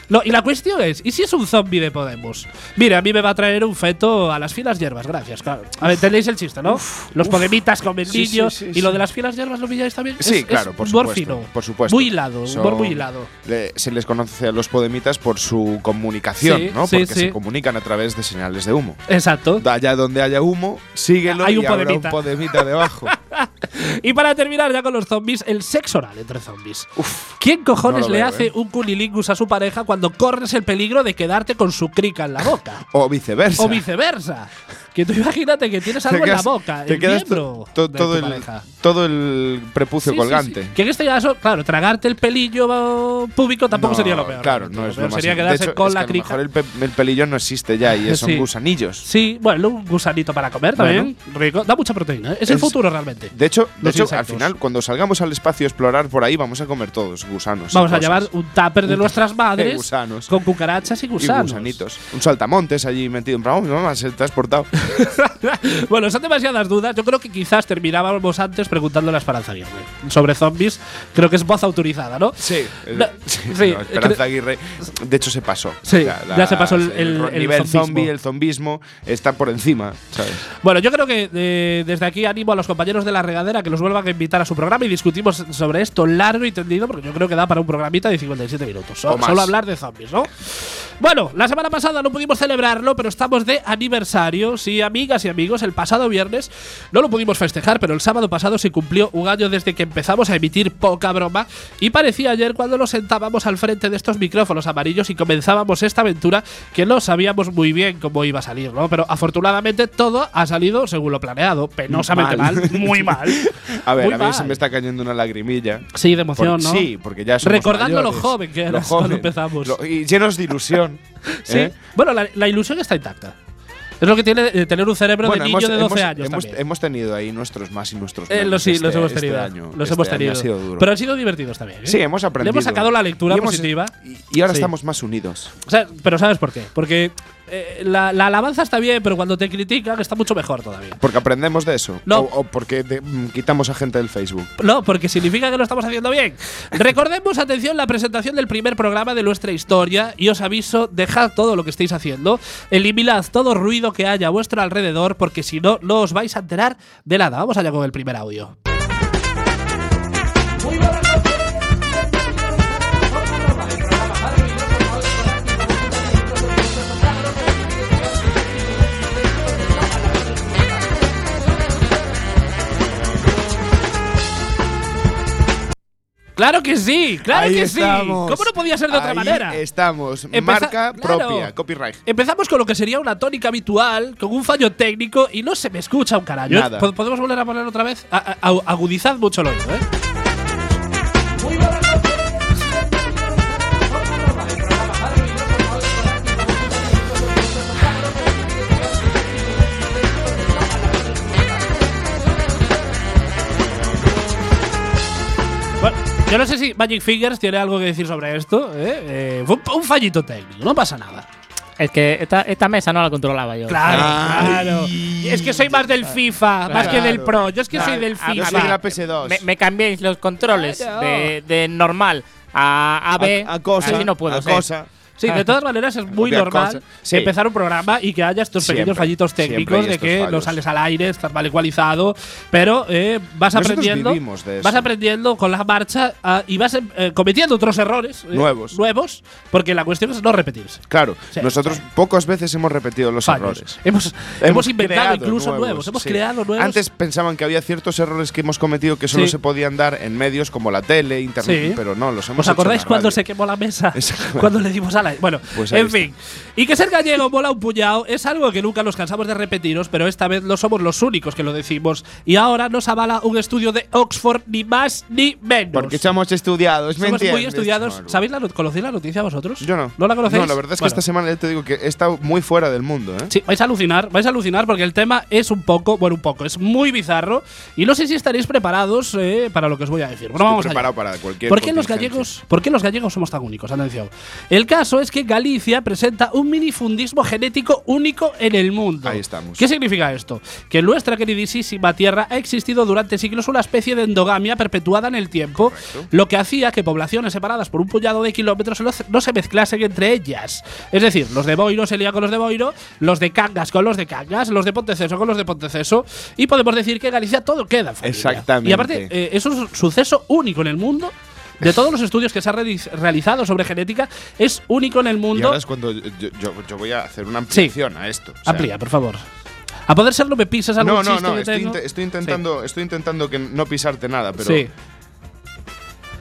Speaker 3: No, y la cuestión es, ¿y si es un zombie de Podemos? Mira, a mí me va a traer un feto a las filas hierbas, gracias, claro. A ver, tenéis el chiste, ¿no? Los podemitas con
Speaker 4: sí,
Speaker 3: niños
Speaker 4: sí,
Speaker 3: y lo
Speaker 4: sí.
Speaker 3: de las filas hierbas lo pilláis también.
Speaker 4: Sí,
Speaker 3: Es-
Speaker 4: claro,
Speaker 3: es
Speaker 4: por
Speaker 3: humor
Speaker 4: supuesto.
Speaker 3: fino,
Speaker 4: Por supuesto.
Speaker 3: Muy hilado, un humor
Speaker 4: Son-
Speaker 3: muy hilado.
Speaker 4: le- se les conoce a los podemitas por su comunicación,
Speaker 3: Sí,
Speaker 4: ¿no?
Speaker 3: sí,
Speaker 4: Porque
Speaker 3: sí.
Speaker 4: se comunican a través de señales de humo.
Speaker 3: Exacto.
Speaker 4: Allá donde haya humo, síguelo
Speaker 3: Hay un
Speaker 4: y habrá
Speaker 3: podemita.
Speaker 4: un podemita debajo.
Speaker 3: [LAUGHS] Y para terminar ya con los zombies, el sexo oral entre zombies. ¿Quién cojones
Speaker 4: no lo
Speaker 3: le
Speaker 4: veo,
Speaker 3: hace
Speaker 4: eh.
Speaker 3: un cunilingus a su pareja cuando corres el peligro de quedarte con su crica en la boca?
Speaker 4: o viceversa. [LAUGHS]
Speaker 3: o viceversa. Que tú imagínate que tienes algo en la
Speaker 4: quedas-
Speaker 3: boca,
Speaker 4: te
Speaker 3: el
Speaker 4: quedas to-
Speaker 3: miembro
Speaker 4: to-
Speaker 3: de
Speaker 4: todo,
Speaker 3: tu
Speaker 4: el,
Speaker 3: pareja.
Speaker 4: todo el prepucio
Speaker 3: Sí, sí,
Speaker 4: colgante.
Speaker 3: sí. Que en este caso, claro, tragarte el pelillo eh, púbico tampoco
Speaker 4: No,
Speaker 3: sería lo peor.
Speaker 4: Claro,
Speaker 3: realmente.
Speaker 4: no es
Speaker 3: peor
Speaker 4: lo más
Speaker 3: Sería
Speaker 4: de
Speaker 3: quedarse
Speaker 4: hecho,
Speaker 3: con
Speaker 4: es
Speaker 3: la
Speaker 4: que a lo
Speaker 3: crica.
Speaker 4: mejor el, pe- el pelillo no existe ya y son
Speaker 3: Sí.
Speaker 4: gusanillos.
Speaker 3: Sí, bueno, un gusanito para comer también. Rico. Da mucha proteína. ¿eh? Es, el
Speaker 4: Es-
Speaker 3: futuro realmente.
Speaker 4: De hecho, de
Speaker 3: Los
Speaker 4: hecho al
Speaker 3: insectos.
Speaker 4: final, cuando salgamos al espacio a explorar por ahí, vamos a comer todos gusanos. y
Speaker 3: Vamos a
Speaker 4: Pues cosas.
Speaker 3: llevar un tupper de nuestras
Speaker 4: [LAUGHS]
Speaker 3: madres
Speaker 4: gusanos.
Speaker 3: con cucarachas y
Speaker 4: Y
Speaker 3: gusanos.
Speaker 4: gusanitos. Un saltamontes allí metido. En plan, "Oh, mi mamá se ha transportado.
Speaker 3: [LAUGHS] bueno, son demasiadas dudas. Yo creo que quizás terminábamos antes preguntando a la Esperanza Aguirre sobre zombies. Creo que es voz autorizada, ¿no?
Speaker 4: Sí.
Speaker 3: No,
Speaker 4: [LAUGHS] sí,
Speaker 3: sí,
Speaker 4: no, Esperanza Aguirre. De hecho, se pasó.
Speaker 3: Sí, ya se pasó el- el-
Speaker 4: ro-
Speaker 3: el
Speaker 4: nivel
Speaker 3: zombismo.
Speaker 4: zombie, el zombismo está por encima, ¿sabes?
Speaker 3: Bueno, yo creo que eh, desde aquí animo a los compañeros de la regadera que los vuelvan a invitar a su programa y discutimos sobre esto largo y tendido, porque yo creo que da para un programita de 57 minutos. So-
Speaker 4: O más.
Speaker 3: Solo hablar de zombies, ¿no? Bueno, la semana pasada no pudimos celebrarlo, pero estamos de aniversario. Sí, amigas y amigos, el pasado viernes no lo pudimos festejar, pero el sábado pasado se cumplió un año desde que empezamos a emitir poca broma. Y parecía ayer cuando nos sentábamos al frente de estos micrófonos amarillos y comenzábamos esta aventura que no sabíamos muy bien cómo iba a salir, ¿no? Pero afortunadamente todo ha salido según lo planeado. Penosamente mal,
Speaker 4: Mal.
Speaker 3: muy
Speaker 4: [LAUGHS]
Speaker 3: mal.
Speaker 4: A ver,
Speaker 3: Muy
Speaker 4: a mí se
Speaker 3: mal.
Speaker 4: me está cayendo una lagrimilla.
Speaker 3: Sí, de emoción,
Speaker 4: Por-
Speaker 3: ¿no?
Speaker 4: Sí, porque ya somos
Speaker 3: Recordando lo
Speaker 4: mayores.
Speaker 3: joven que
Speaker 4: Lo
Speaker 3: eras cuando
Speaker 4: joven.
Speaker 3: empezamos.
Speaker 4: Lo- y llenos
Speaker 3: [LAUGHS]
Speaker 4: de ilusión.
Speaker 3: Sí.
Speaker 4: ¿eh?
Speaker 3: Bueno, la, la ilusión está intacta. Es lo que tiene eh, tener un cerebro
Speaker 4: Bueno,
Speaker 3: de niño de 12 años.
Speaker 4: hemos,
Speaker 3: también.
Speaker 4: hemos tenido ahí nuestros más y nuestros
Speaker 3: Eh,
Speaker 4: menos.
Speaker 3: los, sí, los
Speaker 4: este-
Speaker 3: hemos
Speaker 4: este
Speaker 3: tenido.
Speaker 4: año.
Speaker 3: los
Speaker 4: Este
Speaker 3: hemos
Speaker 4: año
Speaker 3: tenido.
Speaker 4: ha sido duro.
Speaker 3: Pero han sido divertidos también. ¿eh?
Speaker 4: sí, hemos aprendido.
Speaker 3: Le hemos sacado la lectura
Speaker 4: Y hemos-
Speaker 3: positiva.
Speaker 4: y, y ahora
Speaker 3: Sí.
Speaker 4: estamos más unidos.
Speaker 3: O sea, pero ¿sabes por qué? Porque eh, la, la alabanza está bien, pero cuando te critican está mucho mejor todavía.
Speaker 4: Porque aprendemos de eso.
Speaker 3: No.
Speaker 4: O, o porque de- mm, quitamos a gente del Facebook.
Speaker 3: No, porque significa que lo estamos haciendo bien. Recordemos, atención, la presentación del primer programa de nuestra historia y os aviso, dejad todo lo que estéis haciendo, eliminad todo ruido que haya a vuestro alrededor porque si no, no os vais a enterar de nada. Vamos allá con el primer audio. Claro que sí, claro
Speaker 4: Ahí
Speaker 3: que
Speaker 4: estamos.
Speaker 3: sí. ¿Cómo no podía ser de otra
Speaker 4: Ahí
Speaker 3: manera?
Speaker 4: Estamos.
Speaker 3: Empeza-
Speaker 4: Marca
Speaker 3: claro.
Speaker 4: propia. Copyright.
Speaker 3: Empezamos con lo que sería una tónica habitual, con un fallo técnico y no se me escucha un carajo.
Speaker 4: Nada.
Speaker 3: ¿Pod- ¿Podemos volver a poner otra vez? A- a- au- agudizad mucho el oído, ¿eh? Bueno, yo no sé si Magic Fingers tiene algo que decir sobre esto. ¿eh? Eh, fue un, un fallito técnico, no pasa nada.
Speaker 1: Es que esta, esta mesa no la controlaba yo.
Speaker 3: Claro,
Speaker 4: Ay.
Speaker 3: claro. Es que soy más del FIFA, más que del Pro. Yo es que soy del
Speaker 1: Ah,
Speaker 4: Yo
Speaker 1: ah,
Speaker 4: soy de
Speaker 1: ah,
Speaker 3: FIFA.
Speaker 4: la PS2.
Speaker 1: Me, me cambiéis los controles
Speaker 3: Claro.
Speaker 1: de, de normal a, a B.
Speaker 4: a, a cosa.
Speaker 1: Así no puedo
Speaker 4: a
Speaker 1: ser.
Speaker 4: cosa.
Speaker 3: Sí, de todas maneras es muy
Speaker 4: Obvia
Speaker 3: normal
Speaker 4: cosa. Sí.
Speaker 3: empezar un programa y que haya estos pequeños
Speaker 4: Siempre,
Speaker 3: fallitos
Speaker 4: siempre hay
Speaker 3: técnicos de
Speaker 4: estos
Speaker 3: que no
Speaker 4: fallos.
Speaker 3: sales al aire, estás mal ecualizado, pero eh, vas
Speaker 4: Nosotros
Speaker 3: aprendiendo,
Speaker 4: vivimos de eso.
Speaker 3: vas aprendiendo con la marcha ah, y vas em- eh, cometiendo otros errores eh,
Speaker 4: Nuevos.
Speaker 3: nuevos, porque la cuestión es no repetirse.
Speaker 4: Claro,
Speaker 3: Sí,
Speaker 4: nosotros pocas veces hemos repetido los
Speaker 3: Fallos.
Speaker 4: errores.
Speaker 3: Hemos, hemos inventado
Speaker 4: creado
Speaker 3: incluso nuevos, hemos
Speaker 4: sí.
Speaker 3: creado nuevos.
Speaker 4: Antes pensaban que había ciertos errores que hemos cometido que solo
Speaker 3: Sí.
Speaker 4: se podían dar en medios como la tele, internet,
Speaker 3: Sí.
Speaker 4: pero no, los hemos
Speaker 3: ¿Os acordáis
Speaker 4: hecho en la
Speaker 3: cuando
Speaker 4: radio.
Speaker 3: se quemó la
Speaker 4: [LAUGHS]
Speaker 3: mesa? [LAUGHS]
Speaker 4: Exactamente.
Speaker 3: Cuando le dimos a la. Bueno,
Speaker 4: Pues ahí
Speaker 3: en
Speaker 4: está.
Speaker 3: fin. Y que ser gallego mola un puñado es algo que nunca nos cansamos de repetiros, pero esta vez no somos los únicos que lo decimos. Y ahora nos avala un estudio de Oxford, ni más ni menos.
Speaker 4: Porque somos estudiados, ¿me
Speaker 3: Somos muy
Speaker 4: entiendes?
Speaker 3: estudiados.
Speaker 4: Maru?
Speaker 3: ¿Sabéis la, no- ¿Conocéis la noticia vosotros?
Speaker 4: Yo no.
Speaker 3: ¿No la conocéis?
Speaker 4: No, la verdad es que
Speaker 3: Bueno.
Speaker 4: esta semana ya te digo que he estado muy fuera del mundo, ¿eh?
Speaker 3: Sí, vais a alucinar, vais a alucinar porque el tema es un poco, bueno, un poco, es muy bizarro y no sé si estaréis preparados eh, para lo que os voy a decir. Bueno,
Speaker 4: Estoy
Speaker 3: vamos allá.
Speaker 4: preparado para cualquier
Speaker 3: ¿Por qué, los
Speaker 4: contingencia.
Speaker 3: gallegos, ¿Por qué los gallegos somos tan únicos? Atención. El caso es que Galicia presenta un minifundismo genético único en el mundo.
Speaker 4: Ahí estamos.
Speaker 3: ¿Qué significa esto? Que en nuestra queridísima tierra ha existido durante siglos una especie de endogamia perpetuada en el tiempo, lo que hacía que poblaciones separadas por un puñado de kilómetros no se- no se mezclasen entre ellas. Es decir, los de Boiro se lían con los de Boiro, los de Cangas con los de Cangas, los de Ponteceso con los de Ponteceso, y podemos decir que en Galicia todo queda. en familia.
Speaker 4: Exactamente.
Speaker 3: Y aparte, eh, es un suceso único en el mundo. De todos los estudios que se han reali- realizado sobre genética, es único en el
Speaker 4: Y
Speaker 3: mundo.
Speaker 4: ahora es cuando yo, yo- yo voy a hacer una ampliación a esto. o sea,
Speaker 3: Amplía, por favor. A poder ser, no me pisas algún
Speaker 4: No, no,
Speaker 3: chiste
Speaker 4: no,
Speaker 3: que
Speaker 4: estoy,
Speaker 3: tengo.
Speaker 4: inte- estoy intentando, estoy intentando que no pisarte nada, pero.
Speaker 3: sí.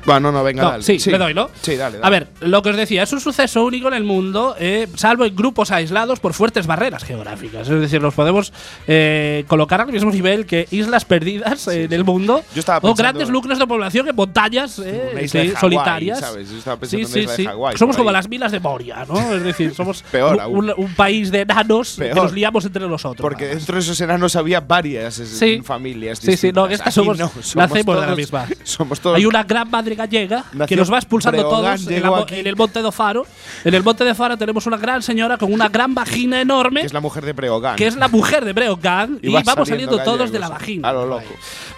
Speaker 4: Bueno, no, venga,
Speaker 3: No,
Speaker 4: dale.
Speaker 3: sí, le doy, ¿no?
Speaker 4: Sí, dale,
Speaker 3: A
Speaker 4: dale.
Speaker 3: ver, lo que os decía, es un suceso único en el mundo, eh, salvo en grupos aislados por fuertes barreras geográficas. Es decir, los podemos eh, colocar al mismo nivel que islas perdidas eh, en el mundo
Speaker 4: Yo estaba
Speaker 3: o
Speaker 4: pensando-
Speaker 3: grandes núcleos de población en montañas eh,
Speaker 4: Una isla
Speaker 3: sí,
Speaker 4: de Hawái,
Speaker 3: solitarias.
Speaker 4: ¿sabes? Yo estaba
Speaker 3: Sí,
Speaker 4: pensando en
Speaker 3: sí,
Speaker 4: una isla de
Speaker 3: sí.
Speaker 4: Hawái,
Speaker 3: Somos
Speaker 4: por
Speaker 3: como
Speaker 4: ahí.
Speaker 3: las milas de Moria, ¿no? Es decir, somos
Speaker 4: [LAUGHS] Peor
Speaker 3: un,
Speaker 4: aún.
Speaker 3: un- un país de enanos que
Speaker 4: Peor.
Speaker 3: nos liamos entre nosotros.
Speaker 4: Porque
Speaker 3: nada más.
Speaker 4: dentro de esos enanos había varias es-
Speaker 3: Sí.
Speaker 4: familias.
Speaker 3: Sí, sí, no,
Speaker 4: distintas.
Speaker 3: estas
Speaker 4: Aquí
Speaker 3: somos- la hacemos de la
Speaker 4: todos-
Speaker 3: misma.
Speaker 4: Somos todos.
Speaker 3: Hay una gran madre gallega que
Speaker 4: Nació
Speaker 3: nos va expulsando
Speaker 4: Breogán,
Speaker 3: todos en, la
Speaker 4: llegó
Speaker 3: mo-
Speaker 4: aquí.
Speaker 3: en el monte de Faro. En el monte de Faro tenemos una gran señora con una gran vagina enorme.
Speaker 4: que es la mujer de Preogán.
Speaker 3: que es la mujer de Breogán y,
Speaker 4: Y va
Speaker 3: vamos saliendo
Speaker 4: saliendo
Speaker 3: todos
Speaker 4: gallegos,
Speaker 3: de la vagina.
Speaker 4: a lo loco.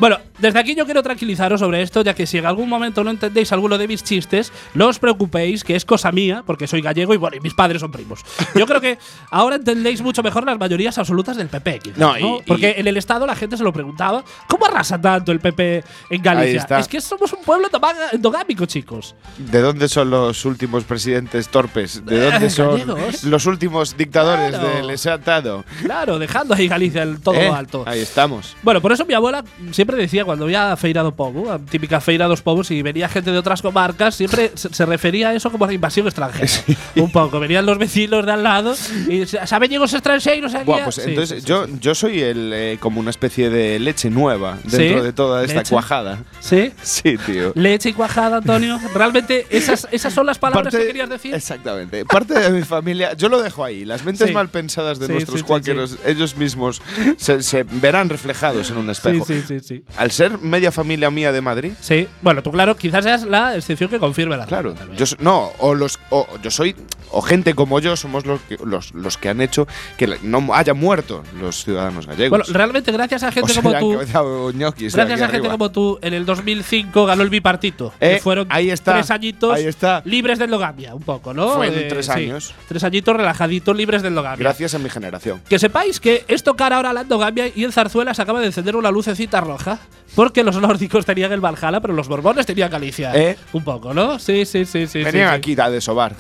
Speaker 3: Bueno, desde aquí yo quiero tranquilizaros sobre esto, ya que si en algún momento no entendéis alguno de mis chistes, no os preocupéis, que es cosa mía, porque soy gallego y bueno, y mis padres son primos. Yo creo que ahora entendéis mucho mejor las mayorías absolutas del PP, quizás,
Speaker 4: No, y-
Speaker 3: ¿no?
Speaker 4: y-
Speaker 3: porque en el Estado la gente se lo preguntaba, ¿cómo arrasa tanto el PP en Galicia?
Speaker 4: Ahí está.
Speaker 3: Es que somos un pueblo tan, endogá- endogámico, chicos.
Speaker 4: ¿De dónde son los últimos presidentes torpes? ¿De dónde son
Speaker 3: Eh, gallegos.
Speaker 4: los últimos dictadores
Speaker 3: Claro.
Speaker 4: del Estado?
Speaker 3: Claro, dejando ahí Galicia el todo
Speaker 4: Eh,
Speaker 3: alto.
Speaker 4: Ahí estamos.
Speaker 3: Bueno, por eso mi abuela siempre decía cuando había feira do povo, a típica feira dos povos, y venía gente de otras comarcas, siempre se se refería a eso como a la invasión extranjera. Un poco, venían los vecinos de al lado y se- saben llegos extranjeros aquí.
Speaker 4: Buah, pues
Speaker 3: Sí,
Speaker 4: entonces
Speaker 3: sí, sí,
Speaker 4: yo, yo soy el, eh, como una especie de leche nueva dentro
Speaker 3: ¿Sí?
Speaker 4: de toda esta
Speaker 3: ¿Leche?
Speaker 4: cuajada. [LAUGHS]
Speaker 3: Sí.
Speaker 4: Sí, tío.
Speaker 3: Leche y cuajada, Antonio. Realmente esas, esas son las palabras
Speaker 4: Parte-
Speaker 3: que querías decir.
Speaker 4: Exactamente. Parte de mi familia, yo lo dejo ahí. Las mentes
Speaker 3: Sí.
Speaker 4: mal pensadas de
Speaker 3: Sí,
Speaker 4: nuestros
Speaker 3: sí, sí,
Speaker 4: cuáqueros, ellos mismos se, se verán reflejados en un
Speaker 3: Sí,
Speaker 4: espejo.
Speaker 3: sí, sí, sí.
Speaker 4: Al ser media familia mía de Madrid,
Speaker 3: Sí. Bueno, tú claro, quizás seas la excepción que confirme la
Speaker 4: claro.
Speaker 3: regla, tal vez.
Speaker 4: Yo, so- no, o los, o yo soy, o gente como yo somos los que, los, los que han hecho que la- no haya muerto los ciudadanos
Speaker 3: Bueno,
Speaker 4: gallegos.
Speaker 3: realmente gracias a gente
Speaker 4: O se
Speaker 3: como
Speaker 4: le han
Speaker 3: tú.
Speaker 4: quedado ñoquis de
Speaker 3: Gracias
Speaker 4: aquí
Speaker 3: a gente
Speaker 4: arriba.
Speaker 3: como tú, en el 2005 ganó el bipartito. que
Speaker 4: Eh,
Speaker 3: fueron
Speaker 4: ahí está,
Speaker 3: tres añitos
Speaker 4: ahí está.
Speaker 3: libres de endogamia, un poco, ¿no? Eh,
Speaker 4: Fueron tres años.
Speaker 3: Tres añitos relajaditos, libres de endogamia.
Speaker 4: Gracias a mi generación.
Speaker 3: Que sepáis que es tocar ahora la endogamia y en Zarzuela se acaba de encender una lucecita roja. Porque los nórdicos tenían el Valhalla, pero los borbones tenían Galicia.
Speaker 4: Eh.
Speaker 3: Un poco, ¿no? Sí, sí, sí. sí
Speaker 4: Venían
Speaker 3: sí, sí.
Speaker 4: aquí a desovar.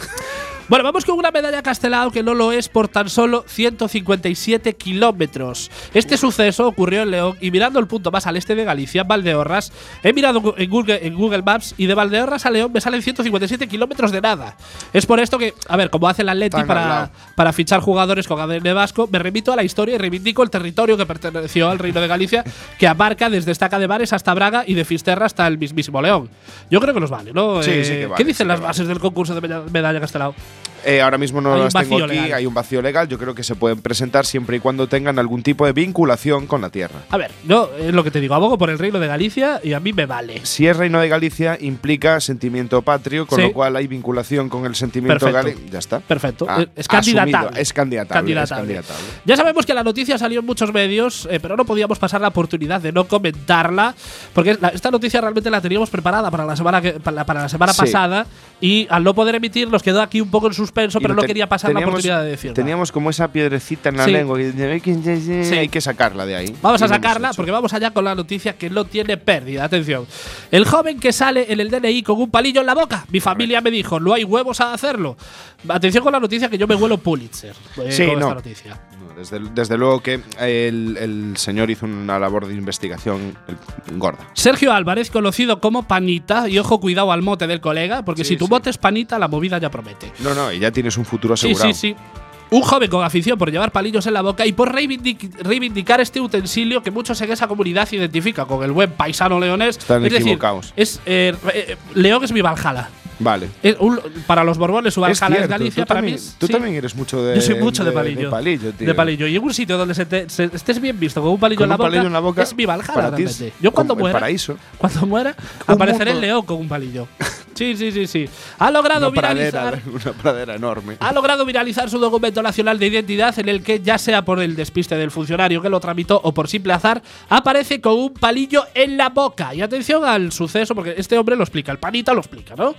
Speaker 3: Bueno, vamos con una medalla Castelao que no lo es por tan solo 157 kilómetros. Este suceso ocurrió en León y mirando el punto más al este de Galicia, Valdeorras, he mirado gu- en Google, en Google Maps y de Valdeorras a León me salen 157 kilómetros de nada. Es por esto que, a ver, como hace el Atleti
Speaker 4: Tan al
Speaker 3: para,
Speaker 4: lado.
Speaker 3: para fichar jugadores con ADN vasco, me remito a la historia y reivindico el territorio que perteneció al Reino de Galicia, que abarca desde Estaca de Bares hasta Braga y de Fisterra hasta el mismísimo León. Yo creo que nos vale, ¿no? Eh,
Speaker 4: Sí, sí que
Speaker 3: ¿Qué
Speaker 4: vale,
Speaker 3: dicen
Speaker 4: sí que
Speaker 3: las
Speaker 4: vale.
Speaker 3: bases del concurso de meda- medalla Castelao?
Speaker 4: Eh, ahora mismo no
Speaker 3: Hay un
Speaker 4: las tengo
Speaker 3: vacío
Speaker 4: aquí,
Speaker 3: legal.
Speaker 4: hay un vacío legal. Yo creo que se pueden presentar siempre y cuando tengan algún tipo de vinculación con la tierra.
Speaker 3: A ver, yo es lo que te digo, abogo por el reino de Galicia y a mí me vale.
Speaker 4: Si es Reino de Galicia, implica sentimiento patrio, con
Speaker 3: Sí.
Speaker 4: lo cual hay vinculación con el sentimiento
Speaker 3: Perfecto.
Speaker 4: galico. Ya está.
Speaker 3: Perfecto.
Speaker 4: Ah,
Speaker 3: Eh, es candidatable.
Speaker 4: asumido. Es candidatable.
Speaker 3: Candidatable.
Speaker 4: es candidatable.
Speaker 3: Ya sabemos que la noticia salió en muchos medios, eh, pero no podíamos pasar la oportunidad de no comentarla, porque la- esta noticia realmente la teníamos preparada para la semana, que- para, la- para la semana
Speaker 4: Sí.
Speaker 3: pasada y al no poder emitir nos quedó aquí un poco en suspenso,
Speaker 4: Y
Speaker 3: pero
Speaker 4: lo
Speaker 3: no
Speaker 4: te-
Speaker 3: quería pasar la
Speaker 4: teníamos-
Speaker 3: oportunidad de decirla.
Speaker 4: Teníamos como esa piedrecita en la
Speaker 3: Sí.
Speaker 4: lengua que dice,
Speaker 3: Sí.
Speaker 4: hay que sacarla de ahí.
Speaker 3: Vamos
Speaker 4: Y
Speaker 3: a
Speaker 4: lo hemos
Speaker 3: sacarla
Speaker 4: hecho.
Speaker 3: porque vamos allá con la noticia que no tiene pérdida. Atención. El joven que sale en el DNI con un palillo en la boca. Mi familia me dijo, no hay huevos a hacerlo. Atención con la noticia que yo me huelo Pulitzer. eh,
Speaker 4: Sí,
Speaker 3: con
Speaker 4: no.
Speaker 3: esta noticia.
Speaker 4: No, Desde, desde luego que el, el señor hizo una labor de investigación eh, gorda.
Speaker 3: Sergio Álvarez, conocido como Panita, y ojo cuidado al mote del colega, porque
Speaker 4: Sí,
Speaker 3: si tu
Speaker 4: sí.
Speaker 3: mote es Panita, la movida ya promete.
Speaker 4: No, no, y ya tienes un futuro
Speaker 3: Sí,
Speaker 4: asegurado.
Speaker 3: sí, sí. Un joven con afición por llevar palillos en la boca y por reivindic- reivindicar este utensilio que muchos en esa comunidad se identifican con el buen paisano leonés.
Speaker 4: Están
Speaker 3: es decir,
Speaker 4: equivocados.
Speaker 3: es, eh, re- eh, León es mi Valhalla.
Speaker 4: Vale.
Speaker 3: Es un- para los borbones, su
Speaker 4: Es
Speaker 3: Valhalla es,
Speaker 4: cierto,
Speaker 3: Galicia.
Speaker 4: tú
Speaker 3: Para
Speaker 4: también,
Speaker 3: mí, es-
Speaker 4: tú
Speaker 3: sí.
Speaker 4: también eres mucho de.
Speaker 3: Yo soy mucho de palillo.
Speaker 4: De palillo, tío.
Speaker 3: De palillo. Y en un sitio donde se te- se- estés bien visto con un palillo,
Speaker 4: Con
Speaker 3: en, la
Speaker 4: un palillo
Speaker 3: boca,
Speaker 4: en la boca,
Speaker 3: es mi Valhalla.
Speaker 4: para ti es
Speaker 3: realmente. Yo cuando
Speaker 4: como el
Speaker 3: muera,
Speaker 4: paraíso.
Speaker 3: cuando muera,
Speaker 4: Un
Speaker 3: apareceré en
Speaker 4: mundo.
Speaker 3: León con un palillo. sí, sí, sí, sí. Ha logrado
Speaker 4: Una pradera,
Speaker 3: viralizar.
Speaker 4: [LAUGHS] una pradera enorme.
Speaker 3: Ha logrado viralizar su documento nacional de identidad en el que, ya sea por el despiste del funcionario que lo tramitó o por simple azar, aparece con un palillo en la boca. Y atención al suceso, porque este hombre lo explica, el panita lo explica, ¿no?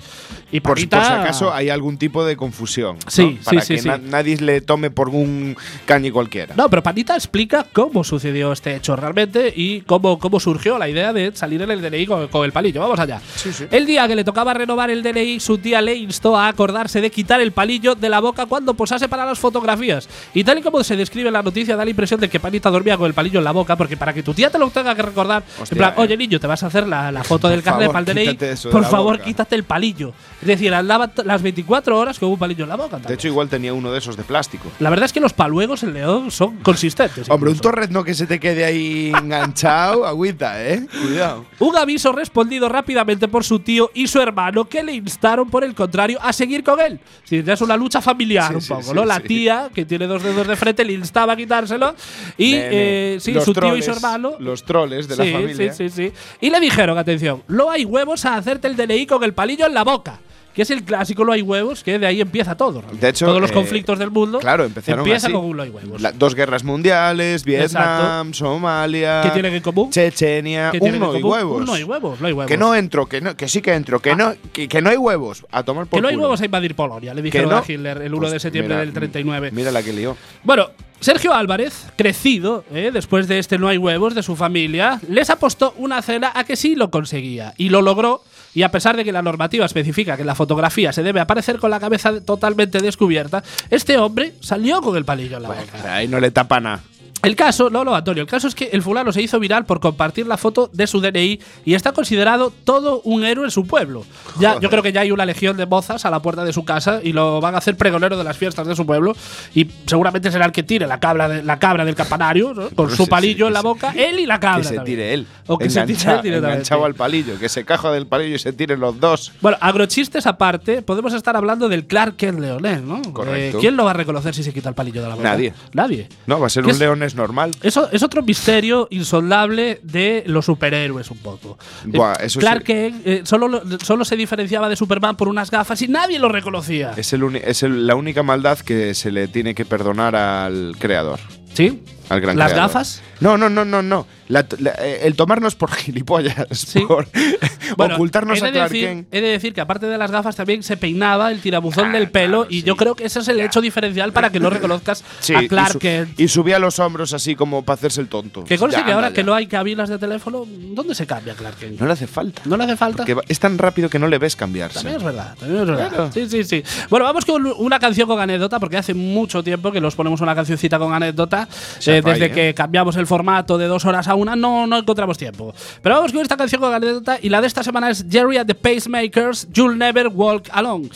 Speaker 3: Y
Speaker 4: Por,
Speaker 3: panita,
Speaker 4: por si acaso hay algún tipo de confusión. ¿no?
Speaker 3: Sí, sí,
Speaker 4: Para
Speaker 3: sí,
Speaker 4: que
Speaker 3: sí.
Speaker 4: na- nadie le tome por un cañi cualquiera.
Speaker 3: No, pero Panita explica cómo sucedió este hecho realmente y cómo, cómo surgió la idea de salir en el DNI con, con el palillo. Vamos allá.
Speaker 4: Sí, sí.
Speaker 3: El día que le tocaba renovar el DNI, su tía le instó a acordarse de quitar el palillo de la boca cuando posase para las fotografías. Y tal y como se describe en la noticia, da la impresión de que Panita dormía con el palillo en la boca, porque para que tu tía te lo tenga que recordar,
Speaker 4: Hostia,
Speaker 3: en plan,
Speaker 4: eh.
Speaker 3: oye niño, te vas a hacer la, la foto del
Speaker 4: Por
Speaker 3: carnet
Speaker 4: favor,
Speaker 3: para el DNI,
Speaker 4: quítate eso de
Speaker 3: por
Speaker 4: la
Speaker 3: favor,
Speaker 4: boca".
Speaker 3: quítate el palillo. Es decir, andaba t- las 24 horas con un palillo en la boca.
Speaker 4: De
Speaker 3: también.
Speaker 4: hecho, igual tenía uno de esos de plástico.
Speaker 3: La verdad es que los paluegos en León son consistentes.
Speaker 4: Hombre, un
Speaker 3: incluso.
Speaker 4: torrezno que se te quede ahí enganchado, [LAUGHS] agüita, ¿eh? Cuidado.
Speaker 3: Un aviso respondido rápidamente por su tío y su hermano, que le instaron, por el contrario, a seguir con él. Si ya es una lucha familiar,
Speaker 4: Sí,
Speaker 3: un
Speaker 4: sí,
Speaker 3: poco,
Speaker 4: sí,
Speaker 3: ¿no? La
Speaker 4: sí.
Speaker 3: tía, que tiene dos dedos de frente, le instaba a quitárselo. Y
Speaker 4: Nene,
Speaker 3: eh, sí,
Speaker 4: los
Speaker 3: su tío y
Speaker 4: troles-
Speaker 3: su hermano.
Speaker 4: Los troles de
Speaker 3: sí,
Speaker 4: la familia.
Speaker 3: sí, sí, sí. Y le dijeron, atención, no hay huevos a hacerte el DNI con el palillo en la boca. Que es el clásico no hay huevos, que de ahí empieza todo. realmente.
Speaker 4: De hecho,
Speaker 3: todos los
Speaker 4: eh,
Speaker 3: conflictos del mundo
Speaker 4: Claro, empezaron
Speaker 3: empieza
Speaker 4: así.
Speaker 3: con un no hay huevos.
Speaker 4: Pues La- dos guerras mundiales, Vietnam, Somalia.
Speaker 3: ¿Qué tienen en común?
Speaker 4: Chechenia.
Speaker 3: ¿Qué tienen
Speaker 4: Uno
Speaker 3: en
Speaker 4: y
Speaker 3: común?
Speaker 4: huevos.
Speaker 3: Un no hay huevos, no hay huevos. Ah.
Speaker 4: Que no entro, que no, que sí que entro, que no, que, que no hay huevos. A tomar por
Speaker 3: que no hay
Speaker 4: culo.
Speaker 3: huevos a invadir Polonia, le
Speaker 4: Que
Speaker 3: dijeron a Hitler el 1 de
Speaker 4: Pues
Speaker 3: septiembre
Speaker 4: mira,
Speaker 3: del 39.
Speaker 4: Mira la que lió.
Speaker 3: Bueno, Sergio Álvarez, crecido, ¿eh? después de este no hay huevos de su familia, les apostó una cena a que sí lo conseguía. Y lo logró Y a pesar de que la normativa especifica que en la fotografía se debe aparecer con la cabeza de- totalmente descubierta, este hombre salió con el palillo en la boca.
Speaker 4: Ahí no le tapa nada.
Speaker 3: El caso, no, no, Antonio, el caso es que el fulano se hizo viral por compartir la foto de su DNI y está considerado todo un héroe en su pueblo. Ya, yo creo que ya hay una legión de mozas a la puerta de su casa y lo van a hacer pregonero de las fiestas de su pueblo y seguramente será el que tire la cabra, de- la cabra del campanario ¿no? con
Speaker 4: Pues
Speaker 3: su
Speaker 4: sí,
Speaker 3: palillo
Speaker 4: sí,
Speaker 3: en la
Speaker 4: sí.
Speaker 3: boca, él y la cabra.
Speaker 4: que se
Speaker 3: también.
Speaker 4: tire él.
Speaker 3: O que se tire
Speaker 4: Engancha-
Speaker 3: él directamente.
Speaker 4: Enganchado al palillo, que se caja del palillo y se tiren los dos.
Speaker 3: Bueno, agrochistes aparte, podemos estar hablando del Clark Kent Leonel, ¿no?
Speaker 4: Correcto.
Speaker 3: Eh, ¿Quién lo va a reconocer si se quita el palillo de la boca?
Speaker 4: Nadie.
Speaker 3: Nadie.
Speaker 4: No, va a ser
Speaker 3: ¿Qué
Speaker 4: un
Speaker 3: es-
Speaker 4: leones normal.
Speaker 3: Eso es otro misterio insondable de los superhéroes, un poco.
Speaker 4: Buah,
Speaker 3: Eh,
Speaker 4: eso
Speaker 3: Clark
Speaker 4: sí.
Speaker 3: Kent eh, solo, lo- solo se diferenciaba de Superman por unas gafas y nadie lo reconocía.
Speaker 4: Es, el uni- es el- la única maldad que se le tiene que perdonar al creador.
Speaker 3: ¿Sí?
Speaker 4: Al gran
Speaker 3: ¿Las
Speaker 4: creador.
Speaker 3: gafas?
Speaker 4: No, no, no, no, no. La t- la- eh, el tomarnos por [LAUGHS] gilipollas, por
Speaker 3: [LAUGHS] Bueno,
Speaker 4: ocultarnos
Speaker 3: he de
Speaker 4: a Clark
Speaker 3: decir-
Speaker 4: Kent.
Speaker 3: He de decir que aparte de las gafas también se peinaba el tirabuzón
Speaker 4: Ah,
Speaker 3: del pelo y yo creo que ese es el hecho diferencial para que no reconozcas
Speaker 4: [LAUGHS] Sí,
Speaker 3: a
Speaker 4: y,
Speaker 3: Clark
Speaker 4: su-
Speaker 3: Kent.
Speaker 4: y subía los hombros así como para hacerse el tonto.
Speaker 3: Que
Speaker 4: Ya,
Speaker 3: conste que
Speaker 4: anda
Speaker 3: ahora
Speaker 4: ya.
Speaker 3: que no hay cabinas de teléfono, ¿dónde se cambia Clark Kent?
Speaker 4: No le hace falta.
Speaker 3: ¿No le hace falta?
Speaker 4: Que va- es tan rápido que no le ves cambiarse.
Speaker 3: También es verdad, también es verdad.
Speaker 4: Claro.
Speaker 3: Sí, sí, sí. Bueno, vamos con una canción con anécdota, porque hace mucho tiempo que nos ponemos una cancioncita con anécdota.
Speaker 4: Se
Speaker 3: Eh,
Speaker 4: falla,
Speaker 3: desde
Speaker 4: ¿eh?
Speaker 3: que cambiamos el formato de dos horas a una, no, no encontramos tiempo. Pero vamos con esta canción con anécdota, y la de esta semana es Jerry and the Pacemakers, You'll Never Walk Alone.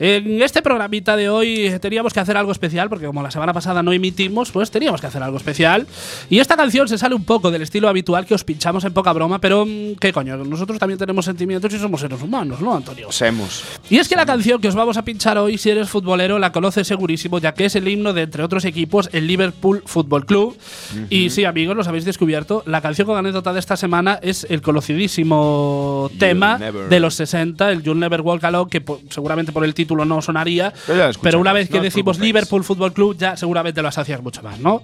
Speaker 3: En este programita de hoy teníamos que hacer algo especial, porque como la semana pasada no emitimos, pues teníamos que hacer algo especial. Y esta canción se sale un poco del estilo habitual que os pinchamos en poca broma, pero mm, qué coño, nosotros también tenemos sentimientos y somos seres humanos, ¿no, Antonio?
Speaker 4: Semos.
Speaker 3: Y es que la canción que os vamos a pinchar hoy, si eres futbolero, la conoces segurísimo, ya que es el himno de, entre otros equipos, el Liverpool Fútbol Club. Y sí, amigos, los habéis descubierto. La canción con anécdota de esta semana es el conocidísimo tema
Speaker 4: never-
Speaker 3: de los 60, el You'll Never Walk Alone, que po- seguramente por el título no sonaría.
Speaker 4: Pero ya lo escucharás,
Speaker 3: Pero una vez que
Speaker 4: no os
Speaker 3: decimos
Speaker 4: preocupéis.
Speaker 3: Liverpool Fútbol Club, ya seguramente lo asocias mucho más, ¿no?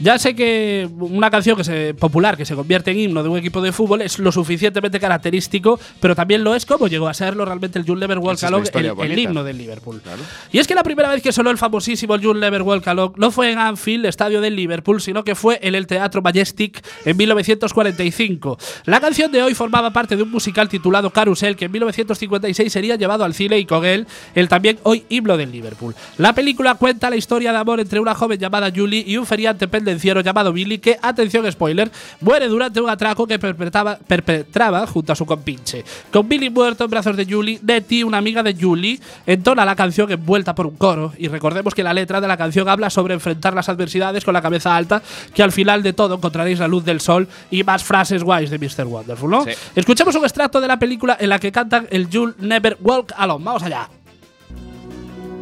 Speaker 3: Ya sé que una canción que se, popular que se convierte en himno de un equipo de fútbol es lo suficientemente característico, pero también lo es como llegó a serlo realmente el You'll Never Walk
Speaker 4: Esa es la
Speaker 3: Alone, el,
Speaker 4: historia
Speaker 3: el
Speaker 4: bonita.
Speaker 3: himno del Liverpool. Y es que la primera vez que sonó el famosísimo You'll Never Walk Alone no fue en Anfield, estadio del Liverpool, sino que fue en el Teatro Majestic en 1945. La canción de hoy formaba parte de un musical titulado Carusel, que en 1956 sería llevado al cine y con él el también hoy himno del Liverpool. La película cuenta la historia de amor entre una joven llamada Julie y un feriante pendenciero llamado Billy que, atención spoiler, muere durante un atraco que perpetraba, perpetraba junto a su compinche. Con Billy muerto en brazos de Julie, Nettie, una amiga de Julie, entona la canción envuelta por un coro. Y recordemos que la letra de la canción habla sobre enfrentar las adversidades con la cabeza alta, que al final de todo encontraréis la luz del sol y más frases guays de Mr. Wonderful, ¿no?
Speaker 4: Sí.
Speaker 3: Escuchemos un extracto de la película en la que cantan el You'll Never Walk Alone. Vamos allá.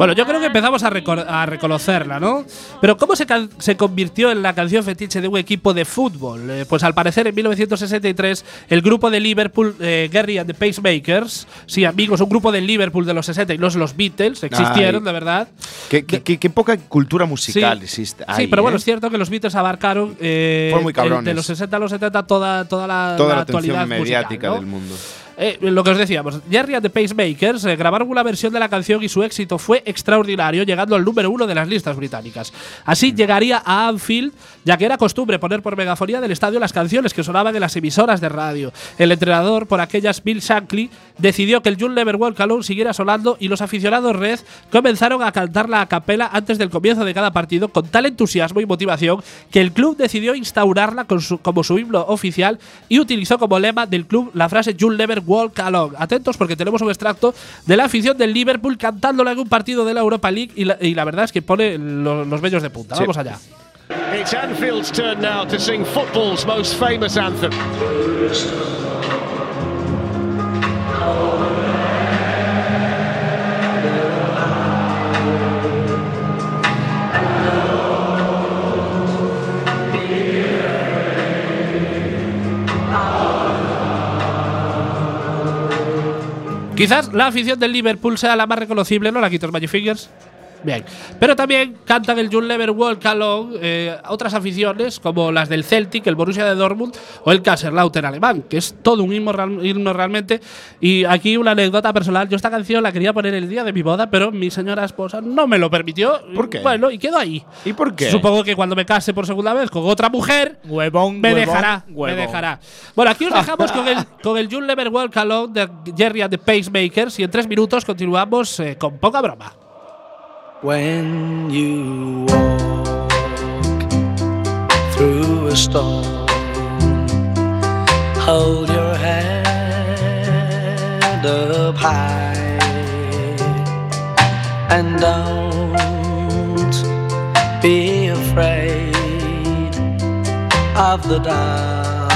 Speaker 3: Bueno, yo creo que empezamos a, recor- a reconocerla, ¿no? Pero ¿cómo se, can- se convirtió en la canción fetiche de un equipo de fútbol? Eh, pues al parecer en 1963 el grupo de Liverpool, eh, Gary and the Pacemakers, sí amigos, un grupo de Liverpool de los 60 y los, los Beatles, existieron
Speaker 4: Ay.
Speaker 3: de verdad.
Speaker 4: Qué, qué- qué- qué poca cultura musical
Speaker 3: Sí.
Speaker 4: existe.
Speaker 3: sí,
Speaker 4: ahí,
Speaker 3: pero bueno,
Speaker 4: ¿eh?
Speaker 3: es cierto que los Beatles abarcaron eh,
Speaker 4: Fueron muy cabrones.
Speaker 3: de los 60 a los 70 toda, toda la,
Speaker 4: Toda
Speaker 3: la
Speaker 4: la
Speaker 3: actualidad
Speaker 4: atención
Speaker 3: musical,
Speaker 4: mediática
Speaker 3: ¿no?
Speaker 4: del mundo.
Speaker 3: Eh, lo que os decíamos, Jerry and the Pacemakers eh, grabaron una versión de la canción y su éxito fue extraordinario, llegando al número uno de las listas británicas. Así llegaría a Anfield, ya que era costumbre poner por megafonía del estadio las canciones que sonaban en las emisoras de radio. El entrenador por aquellas Bill Shankly decidió que el You'll Never Walk Alone siguiera sonando y los aficionados red comenzaron a cantarla a capela antes del comienzo de cada partido con tal entusiasmo y motivación que el club decidió instaurarla con su- como su himno oficial y utilizó como lema del club la frase You'll never walk alone. Atentos porque tenemos un extracto de la afición del Liverpool cantándola en un partido de la Europa League y la, y la verdad es que pone lo- los vellos de punta.
Speaker 4: Sí.
Speaker 3: Vamos allá.
Speaker 6: It's Anfield's turn now to sing football's most famous anthem.
Speaker 3: Quizás la afición del Liverpool sea la más reconocible, ¿no? La Quitos Magic Fingers. Bien. Pero también canta del You'll Never Walk Alone eh, otras aficiones como las del Celtic, el Borussia de Dortmund o el Kaiserslautern alemán, que es todo un himno, real- himno realmente. Y aquí una anécdota personal. Yo esta canción la quería poner el día de mi boda, pero mi señora esposa no me lo permitió.
Speaker 4: ¿Por qué?
Speaker 3: Bueno, y quedó ahí.
Speaker 4: ¿Y por qué?
Speaker 3: Supongo que cuando me case por segunda vez con otra mujer,
Speaker 1: Huevón,
Speaker 3: me
Speaker 1: huevón,
Speaker 3: dejará,
Speaker 1: huevón. Ah.
Speaker 3: me dejará. Bueno, aquí os dejamos con el, con el You'll Never Walk Alone de Jerry and the Pacemakers y en tres minutos continuamos eh, con poca broma.
Speaker 7: When you walk through a storm, hold your head up high and don't be afraid of the dark.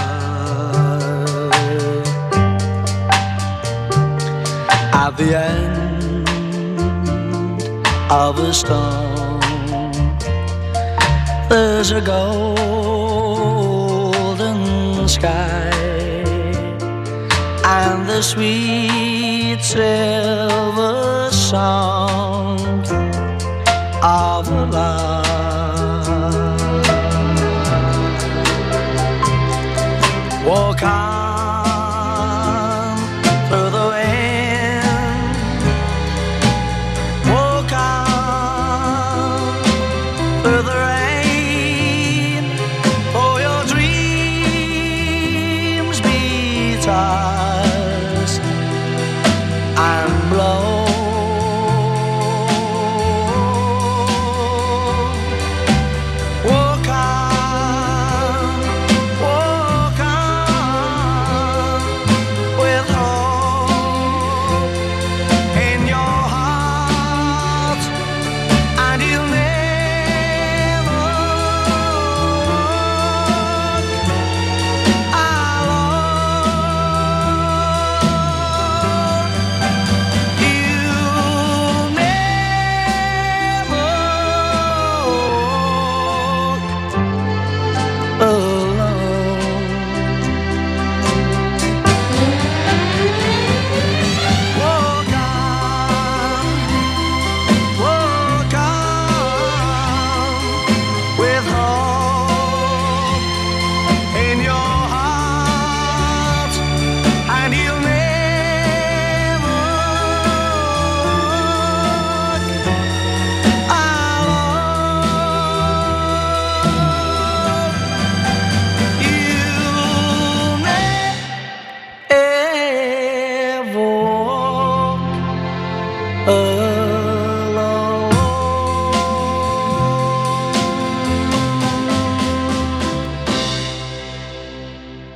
Speaker 7: At the end of a storm. There's a golden sky and the sweet silver song of love. Walk on through the wind walk on through the rain for your dreams be tossed and blow walk on walk on with hope in your heart, and you'll never walk alone. You'll never walk alone. Walk on, walk on with hope in your heart, and you'll never walk alone. You'll never ever walk alone.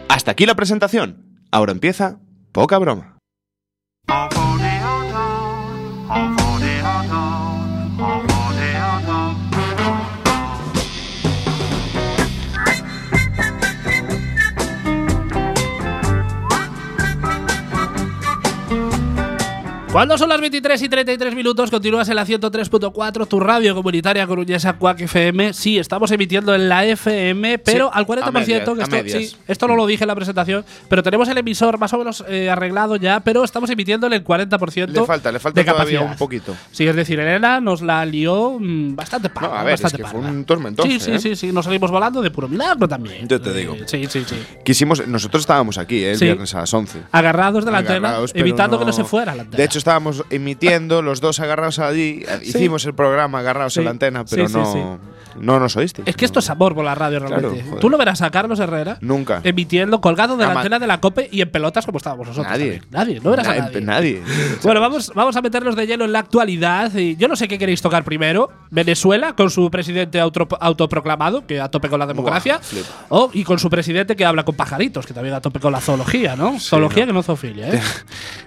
Speaker 4: Hasta aquí la presentación. Ahora empieza poca broma.
Speaker 3: Cuando son las 23 y 33 minutos, continúas en la 103.4, tu radio comunitaria coruñesa Quack FM. Sí, estamos emitiendo en la FM, pero
Speaker 4: Sí,
Speaker 3: al 40%,
Speaker 4: a
Speaker 3: que
Speaker 4: medias,
Speaker 3: esto,
Speaker 4: a medias.
Speaker 3: sí, esto no lo dije en la presentación, pero tenemos el emisor más o menos eh, arreglado ya, pero estamos emitiendo en el 40%
Speaker 4: Le falta, le falta
Speaker 3: de
Speaker 4: todavía
Speaker 3: capacidad.
Speaker 4: un poquito.
Speaker 3: Sí, es decir, Elena nos la lió mm, bastante parda.
Speaker 4: No, a ver, es
Speaker 3: bastante
Speaker 4: que fue
Speaker 3: parda.
Speaker 4: un tormentón.
Speaker 3: Sí, sí, sí, sí, nos salimos volando de puro milagro también.
Speaker 4: Yo te
Speaker 3: Eh,
Speaker 4: digo.
Speaker 3: Sí, sí, sí.
Speaker 4: Quisimos, nosotros estábamos aquí eh, el
Speaker 3: Sí.
Speaker 4: viernes a las 11.
Speaker 3: Agarrados de la
Speaker 4: Agarrados,
Speaker 3: antena,
Speaker 4: pero
Speaker 3: evitando que no se fuera la antena.
Speaker 4: De hecho, estábamos emitiendo los dos agarrados allí. eh,
Speaker 3: Sí.
Speaker 4: Hicimos el programa agarrados
Speaker 3: Sí.
Speaker 4: a la antena, pero
Speaker 3: Sí, sí,
Speaker 4: no, no nos oíste.
Speaker 3: Es que esto es amor por la radio realmente.
Speaker 4: Claro, joder.
Speaker 3: Tú lo verás a Carlos Herrera
Speaker 4: Nunca.
Speaker 3: emitiendo colgado de la
Speaker 4: Ama-
Speaker 3: antena de la COPE y en pelotas como estábamos nosotros.
Speaker 4: Nadie.
Speaker 3: también. Nadie, no verás a
Speaker 4: Nadie-
Speaker 3: nadie.
Speaker 4: nadie.
Speaker 3: Bueno, vamos, vamos a meternos de lleno en la actualidad. Y yo no sé qué queréis tocar primero. Venezuela con su presidente autopro- autoproclamado, que a tope con la democracia.
Speaker 4: Buah, flipa.
Speaker 3: o, y con su presidente que habla con pajaritos, que también a tope con la zoología, ¿no? zoología que no zoofilia,
Speaker 4: [LAUGHS]
Speaker 3: ¿eh?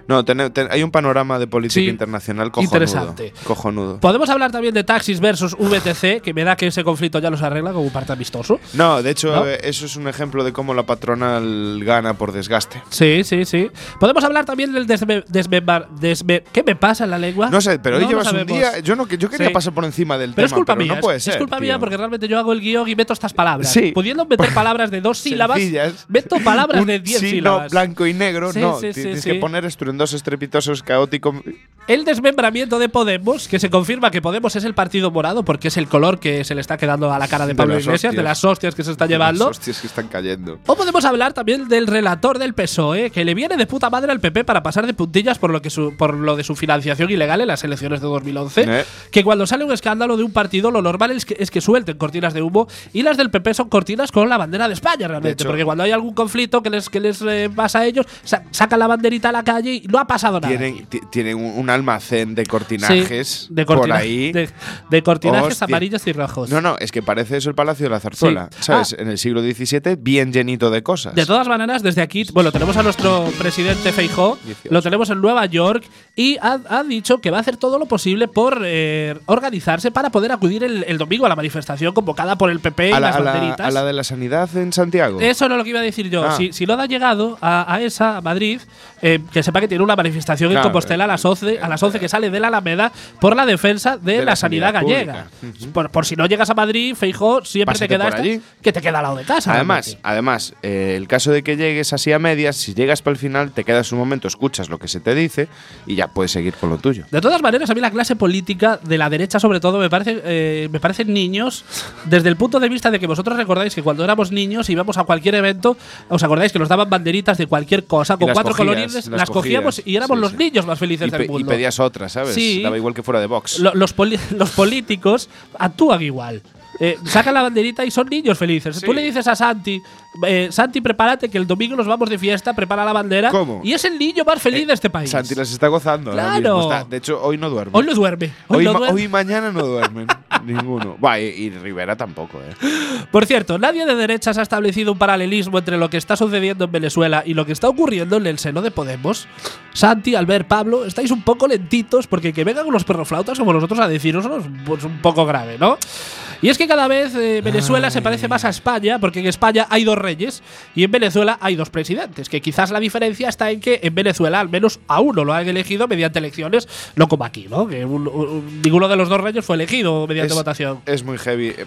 Speaker 4: No, ten- ten- hay un panorama de política
Speaker 3: Sí.
Speaker 4: internacional cojonudo.
Speaker 3: Interesante.
Speaker 4: Cojonudo.
Speaker 3: Podemos hablar también de taxis versus VTC, que me da que ese conflicto ya los arregla como un parte amistoso.
Speaker 4: No, de hecho,
Speaker 3: ¿No?
Speaker 4: eh, eso es un ejemplo de cómo la patronal gana por desgaste.
Speaker 3: Sí, sí, sí. Podemos hablar también del desme, desmembar- desme- ¿Qué me pasa en la lengua?
Speaker 4: No sé, pero hoy
Speaker 3: lo
Speaker 4: llevas un
Speaker 3: sabemos.
Speaker 4: día. Yo, no, yo quería
Speaker 3: Sí.
Speaker 4: pasar por encima del
Speaker 3: Pero es
Speaker 4: tema,
Speaker 3: culpa
Speaker 4: pero
Speaker 3: mía.
Speaker 4: no
Speaker 3: es-
Speaker 4: puede
Speaker 3: es,
Speaker 4: ser.
Speaker 3: culpa
Speaker 4: tío.
Speaker 3: mía porque realmente yo hago el guión y meto estas palabras.
Speaker 4: Sí.
Speaker 3: Pudiendo
Speaker 4: [LAUGHS]
Speaker 3: meter palabras de dos sílabas,
Speaker 4: Sencillas.
Speaker 3: meto palabras
Speaker 4: Un
Speaker 3: de diez
Speaker 4: signo
Speaker 3: sílabas.
Speaker 4: blanco y negro,
Speaker 3: Sí,
Speaker 4: no.
Speaker 3: sí, sí,
Speaker 4: tienes
Speaker 3: sí.
Speaker 4: que poner estru- estruendosos, estrepitosos, caótico.
Speaker 3: El desmembramiento de Podemos, que se confirma que Podemos es el partido morado porque es el color que se le está quedando a la cara de
Speaker 4: De
Speaker 3: Pablo
Speaker 4: las
Speaker 3: Iglesias, de
Speaker 4: hostias.
Speaker 3: las hostias que se está llevando.
Speaker 4: Hostias que están cayendo.
Speaker 3: O podemos hablar también del relator del PSOE, E, que le viene de puta madre al PP para pasar de puntillas por lo, que su- por lo de su financiación ilegal en las elecciones de 2011.
Speaker 4: Eh.
Speaker 3: Que cuando sale un escándalo de un partido, lo normal es que, es que suelten cortinas de humo. Y las del PP son cortinas con la bandera de España, realmente.
Speaker 4: hecho.
Speaker 3: porque cuando hay algún conflicto que les, que les eh, pasa a ellos, sa- sacan la banderita a la calle y no ha pasado nada.
Speaker 4: Tienen, ti- tienen un un almacén de
Speaker 3: Sí,
Speaker 4: cortinajes
Speaker 3: de
Speaker 4: por
Speaker 3: cortina-
Speaker 4: ahí.
Speaker 3: De, de cortinajes
Speaker 4: Hostia.
Speaker 3: amarillos y rojos.
Speaker 4: No, no, es que parece eso el Palacio de la Zarzuela.
Speaker 3: Sí.
Speaker 4: ¿Sabes?
Speaker 3: Ah.
Speaker 4: En el siglo XVII, bien llenito de cosas.
Speaker 3: De todas maneras, desde aquí, bueno, tenemos a nuestro presidente Feijó, lo tenemos en Nueva York y ha, ha dicho que va a hacer todo lo posible por eh, organizarse para poder acudir el, el domingo a la manifestación convocada por el PP y
Speaker 4: a, la,
Speaker 3: las
Speaker 4: a la-
Speaker 3: banderitas.
Speaker 4: a la de la sanidad en Santiago.
Speaker 3: Eso no es lo que iba a decir yo.
Speaker 4: Ah.
Speaker 3: Si, si Loda ha llegado a, a esa, a Madrid, eh, que sepa que tiene una manifestación en
Speaker 4: Claro,
Speaker 3: Compostela a las 11, a las 11 que sale de la Alameda por la defensa de, la, sanidad, gallega. por, por si no llegas a Madrid, Feijó, siempre
Speaker 4: Pásate
Speaker 3: te queda
Speaker 4: por
Speaker 3: esta,
Speaker 4: allí.
Speaker 3: que te queda al lado de casa.
Speaker 4: Además,
Speaker 3: realmente.
Speaker 4: además eh, el caso de que llegues así a medias, si llegas para el final, te quedas un momento, escuchas lo que se te dice y ya puedes seguir con lo tuyo.
Speaker 3: De todas maneras, a mí la clase política de la derecha, sobre todo, me parece, eh, me parecen niños desde el punto de vista de que vosotros recordáis que cuando éramos niños íbamos a cualquier evento, os acordáis que nos daban banderitas de cualquier cosa con
Speaker 4: las
Speaker 3: cuatro
Speaker 4: cogías,
Speaker 3: colorines, las,
Speaker 4: las
Speaker 3: cogíamos
Speaker 4: cogías.
Speaker 3: y éramos
Speaker 4: Sí,
Speaker 3: los
Speaker 4: sí.
Speaker 3: niños más felices
Speaker 4: Y,
Speaker 3: del
Speaker 4: pe- y
Speaker 3: mundo.
Speaker 4: pedías otra, ¿sabes?
Speaker 3: Sí.
Speaker 4: Daba igual que fuera de box.
Speaker 3: Lo- los, poli- [LAUGHS] los políticos actúan igual. Eh, sacan la banderita y son niños felices. Tú le dices a Santi, eh, Santi, prepárate que el domingo nos vamos de fiesta, prepara la bandera.
Speaker 4: ¿Cómo? Eh,
Speaker 3: Y es el niño más feliz de este país.
Speaker 4: Santi las está gozando. ahora
Speaker 3: Claro.
Speaker 4: mismo. Está- de hecho, hoy no duerme.
Speaker 3: Hoy no duerme. Hoy,
Speaker 4: Hoy
Speaker 3: no
Speaker 4: ma-
Speaker 3: duerme.
Speaker 4: hoy y mañana no
Speaker 3: [LAUGHS]
Speaker 4: duermen. Ninguno. Va, y, y Rivera tampoco, ¿eh?
Speaker 3: Por cierto, nadie de derechas ha establecido un paralelismo entre lo que está sucediendo en Venezuela y lo que está ocurriendo en el seno de Podemos. Santi, Albert, Pablo, estáis un poco lentitos porque que vengan unos perroflautas como nosotros a deciros es pues, un poco grave, ¿no? Y es que cada vez eh, Venezuela se parece más a España porque en España hay dos reyes y en Venezuela hay dos presidentes, que quizás la diferencia está en que en Venezuela al menos a uno lo han elegido mediante elecciones, no como aquí, ¿no? Que un- un- ninguno de los dos reyes fue elegido mediante
Speaker 4: Es-
Speaker 3: votación.
Speaker 4: Es muy heavy. Eh,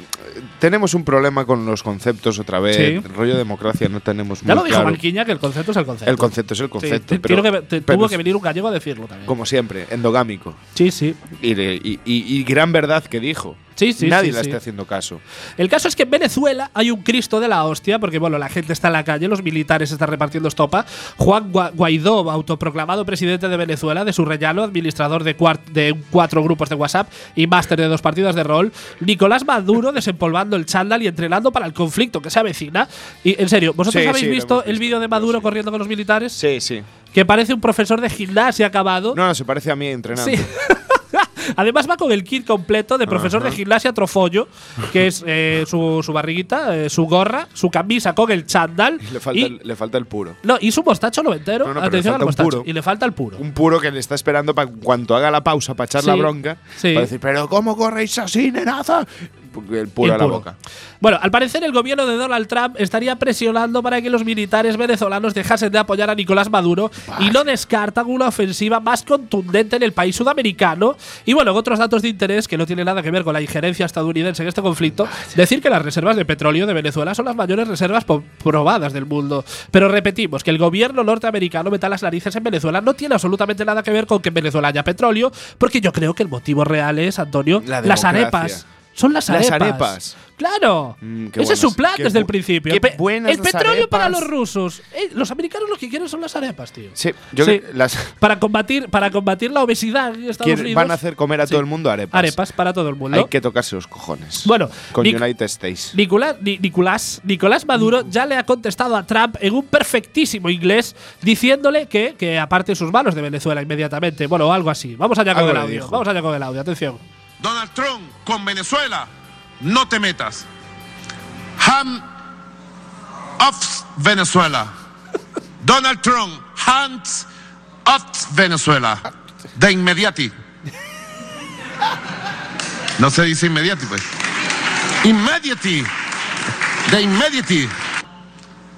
Speaker 4: Tenemos un problema con los conceptos otra vez.
Speaker 3: Sí.
Speaker 4: El rollo democracia no tenemos muy
Speaker 3: Ya lo dijo
Speaker 4: claro.
Speaker 3: Manquiña que el concepto es el concepto.
Speaker 4: El concepto es el
Speaker 3: Sí,
Speaker 4: concepto.
Speaker 3: te- quiero
Speaker 4: pero,
Speaker 3: que- te-
Speaker 4: pero
Speaker 3: tuvo
Speaker 4: es
Speaker 3: que venir un gallego a decirlo también.
Speaker 4: Como siempre, endogámico.
Speaker 3: Sí, sí.
Speaker 4: Y, de- y- y- y gran verdad que dijo.
Speaker 3: Sí, sí,
Speaker 4: Nadie
Speaker 3: sí,
Speaker 4: le
Speaker 3: sí.
Speaker 4: está haciendo caso.
Speaker 3: El caso es que en Venezuela hay un Cristo de la hostia, porque bueno, la gente está en la calle, los militares están repartiendo estopa. Juan Gua- Guaidó, autoproclamado presidente de Venezuela, de su rellano, administrador de, cuar- de cuatro grupos de WhatsApp y máster de dos partidas de rol. Nicolás Maduro [LAUGHS] desempolvando el chándal y entrenando para el conflicto que se avecina. Y en serio, ¿vosotros
Speaker 4: Sí,
Speaker 3: habéis
Speaker 4: sí, lo
Speaker 3: visto,
Speaker 4: hemos
Speaker 3: el
Speaker 4: visto,
Speaker 3: vídeo de Maduro
Speaker 4: sí.
Speaker 3: corriendo con los militares?
Speaker 4: Sí, sí.
Speaker 3: Que parece un profesor de gimnasia acabado.
Speaker 4: No, no, se parece a mí entrenando.
Speaker 3: Sí. Además va con el kit completo de profesor de gimnasia trofollo, que es eh, su, su barriguita, eh, su gorra, su camisa con el chándal.
Speaker 4: [LAUGHS] Le, falta
Speaker 3: y,
Speaker 4: el, le falta el puro.
Speaker 3: no, y su mostacho noventero.
Speaker 4: No, no, pero le
Speaker 3: Atención
Speaker 4: falta
Speaker 3: al
Speaker 4: un
Speaker 3: mostacho.
Speaker 4: puro.
Speaker 3: Y le falta el puro.
Speaker 4: Un puro que le está esperando para cuanto haga la pausa para echar la
Speaker 3: Sí,
Speaker 4: bronca.
Speaker 3: sí.
Speaker 4: Para decir, pero ¿cómo corréis así, nenaza? El puro
Speaker 3: El
Speaker 4: a la
Speaker 3: puro.
Speaker 4: boca.
Speaker 3: Bueno, al parecer el gobierno de Donald Trump estaría presionando para que los militares venezolanos dejasen de apoyar a Nicolás Maduro y no descartan una ofensiva más contundente en el país sudamericano. Y bueno, otros datos de interés que no tienen nada que ver con la injerencia estadounidense en este conflicto, decir que las reservas de petróleo de Venezuela son las mayores reservas po- probadas del mundo. Pero repetimos que el gobierno norteamericano meta las narices en Venezuela no tiene absolutamente nada que ver con que en Venezuela haya petróleo, porque yo creo que el motivo real es, Antonio,
Speaker 4: La
Speaker 3: las
Speaker 4: democracia.
Speaker 3: arepas. Son las
Speaker 4: Las
Speaker 3: arepas.
Speaker 4: arepas.
Speaker 3: Claro.
Speaker 4: Mm, qué
Speaker 3: Ese es
Speaker 4: buenas.
Speaker 3: su plan
Speaker 4: Qué
Speaker 3: desde el
Speaker 4: bu-
Speaker 3: principio.
Speaker 4: qué
Speaker 3: Pe-
Speaker 4: buenas
Speaker 3: el
Speaker 4: las
Speaker 3: petróleo para
Speaker 4: arepas.
Speaker 3: los rusos. Eh, los americanos lo que quieren son las arepas, tío.
Speaker 4: Sí, yo
Speaker 3: Sí.
Speaker 4: que las,
Speaker 3: Para combatir, para combatir la obesidad en Estados
Speaker 4: quieren-
Speaker 3: Unidos.
Speaker 4: van a hacer comer a todo
Speaker 3: Sí.
Speaker 4: el mundo arepas.
Speaker 3: arepas para todo el mundo.
Speaker 4: Hay que tocarse los cojones.
Speaker 3: Bueno,
Speaker 4: con
Speaker 3: Nic-
Speaker 4: United States.
Speaker 3: Nicolás, Ni- Nicolás, Nicolás Maduro
Speaker 4: Mm.
Speaker 3: ya le ha contestado a Trump en un perfectísimo inglés diciéndole que, que aparte sus manos de Venezuela inmediatamente. Bueno, algo así. Vamos allá con
Speaker 4: Algo
Speaker 3: el
Speaker 4: le
Speaker 3: audio.
Speaker 4: dijo.
Speaker 3: Vamos allá con el audio. Atención.
Speaker 8: Donald Trump con Venezuela, no te metas. Hand off Venezuela. Donald Trump, hands off Venezuela. De inmediati. No se dice inmediati, pues. Immediati. De inmediati.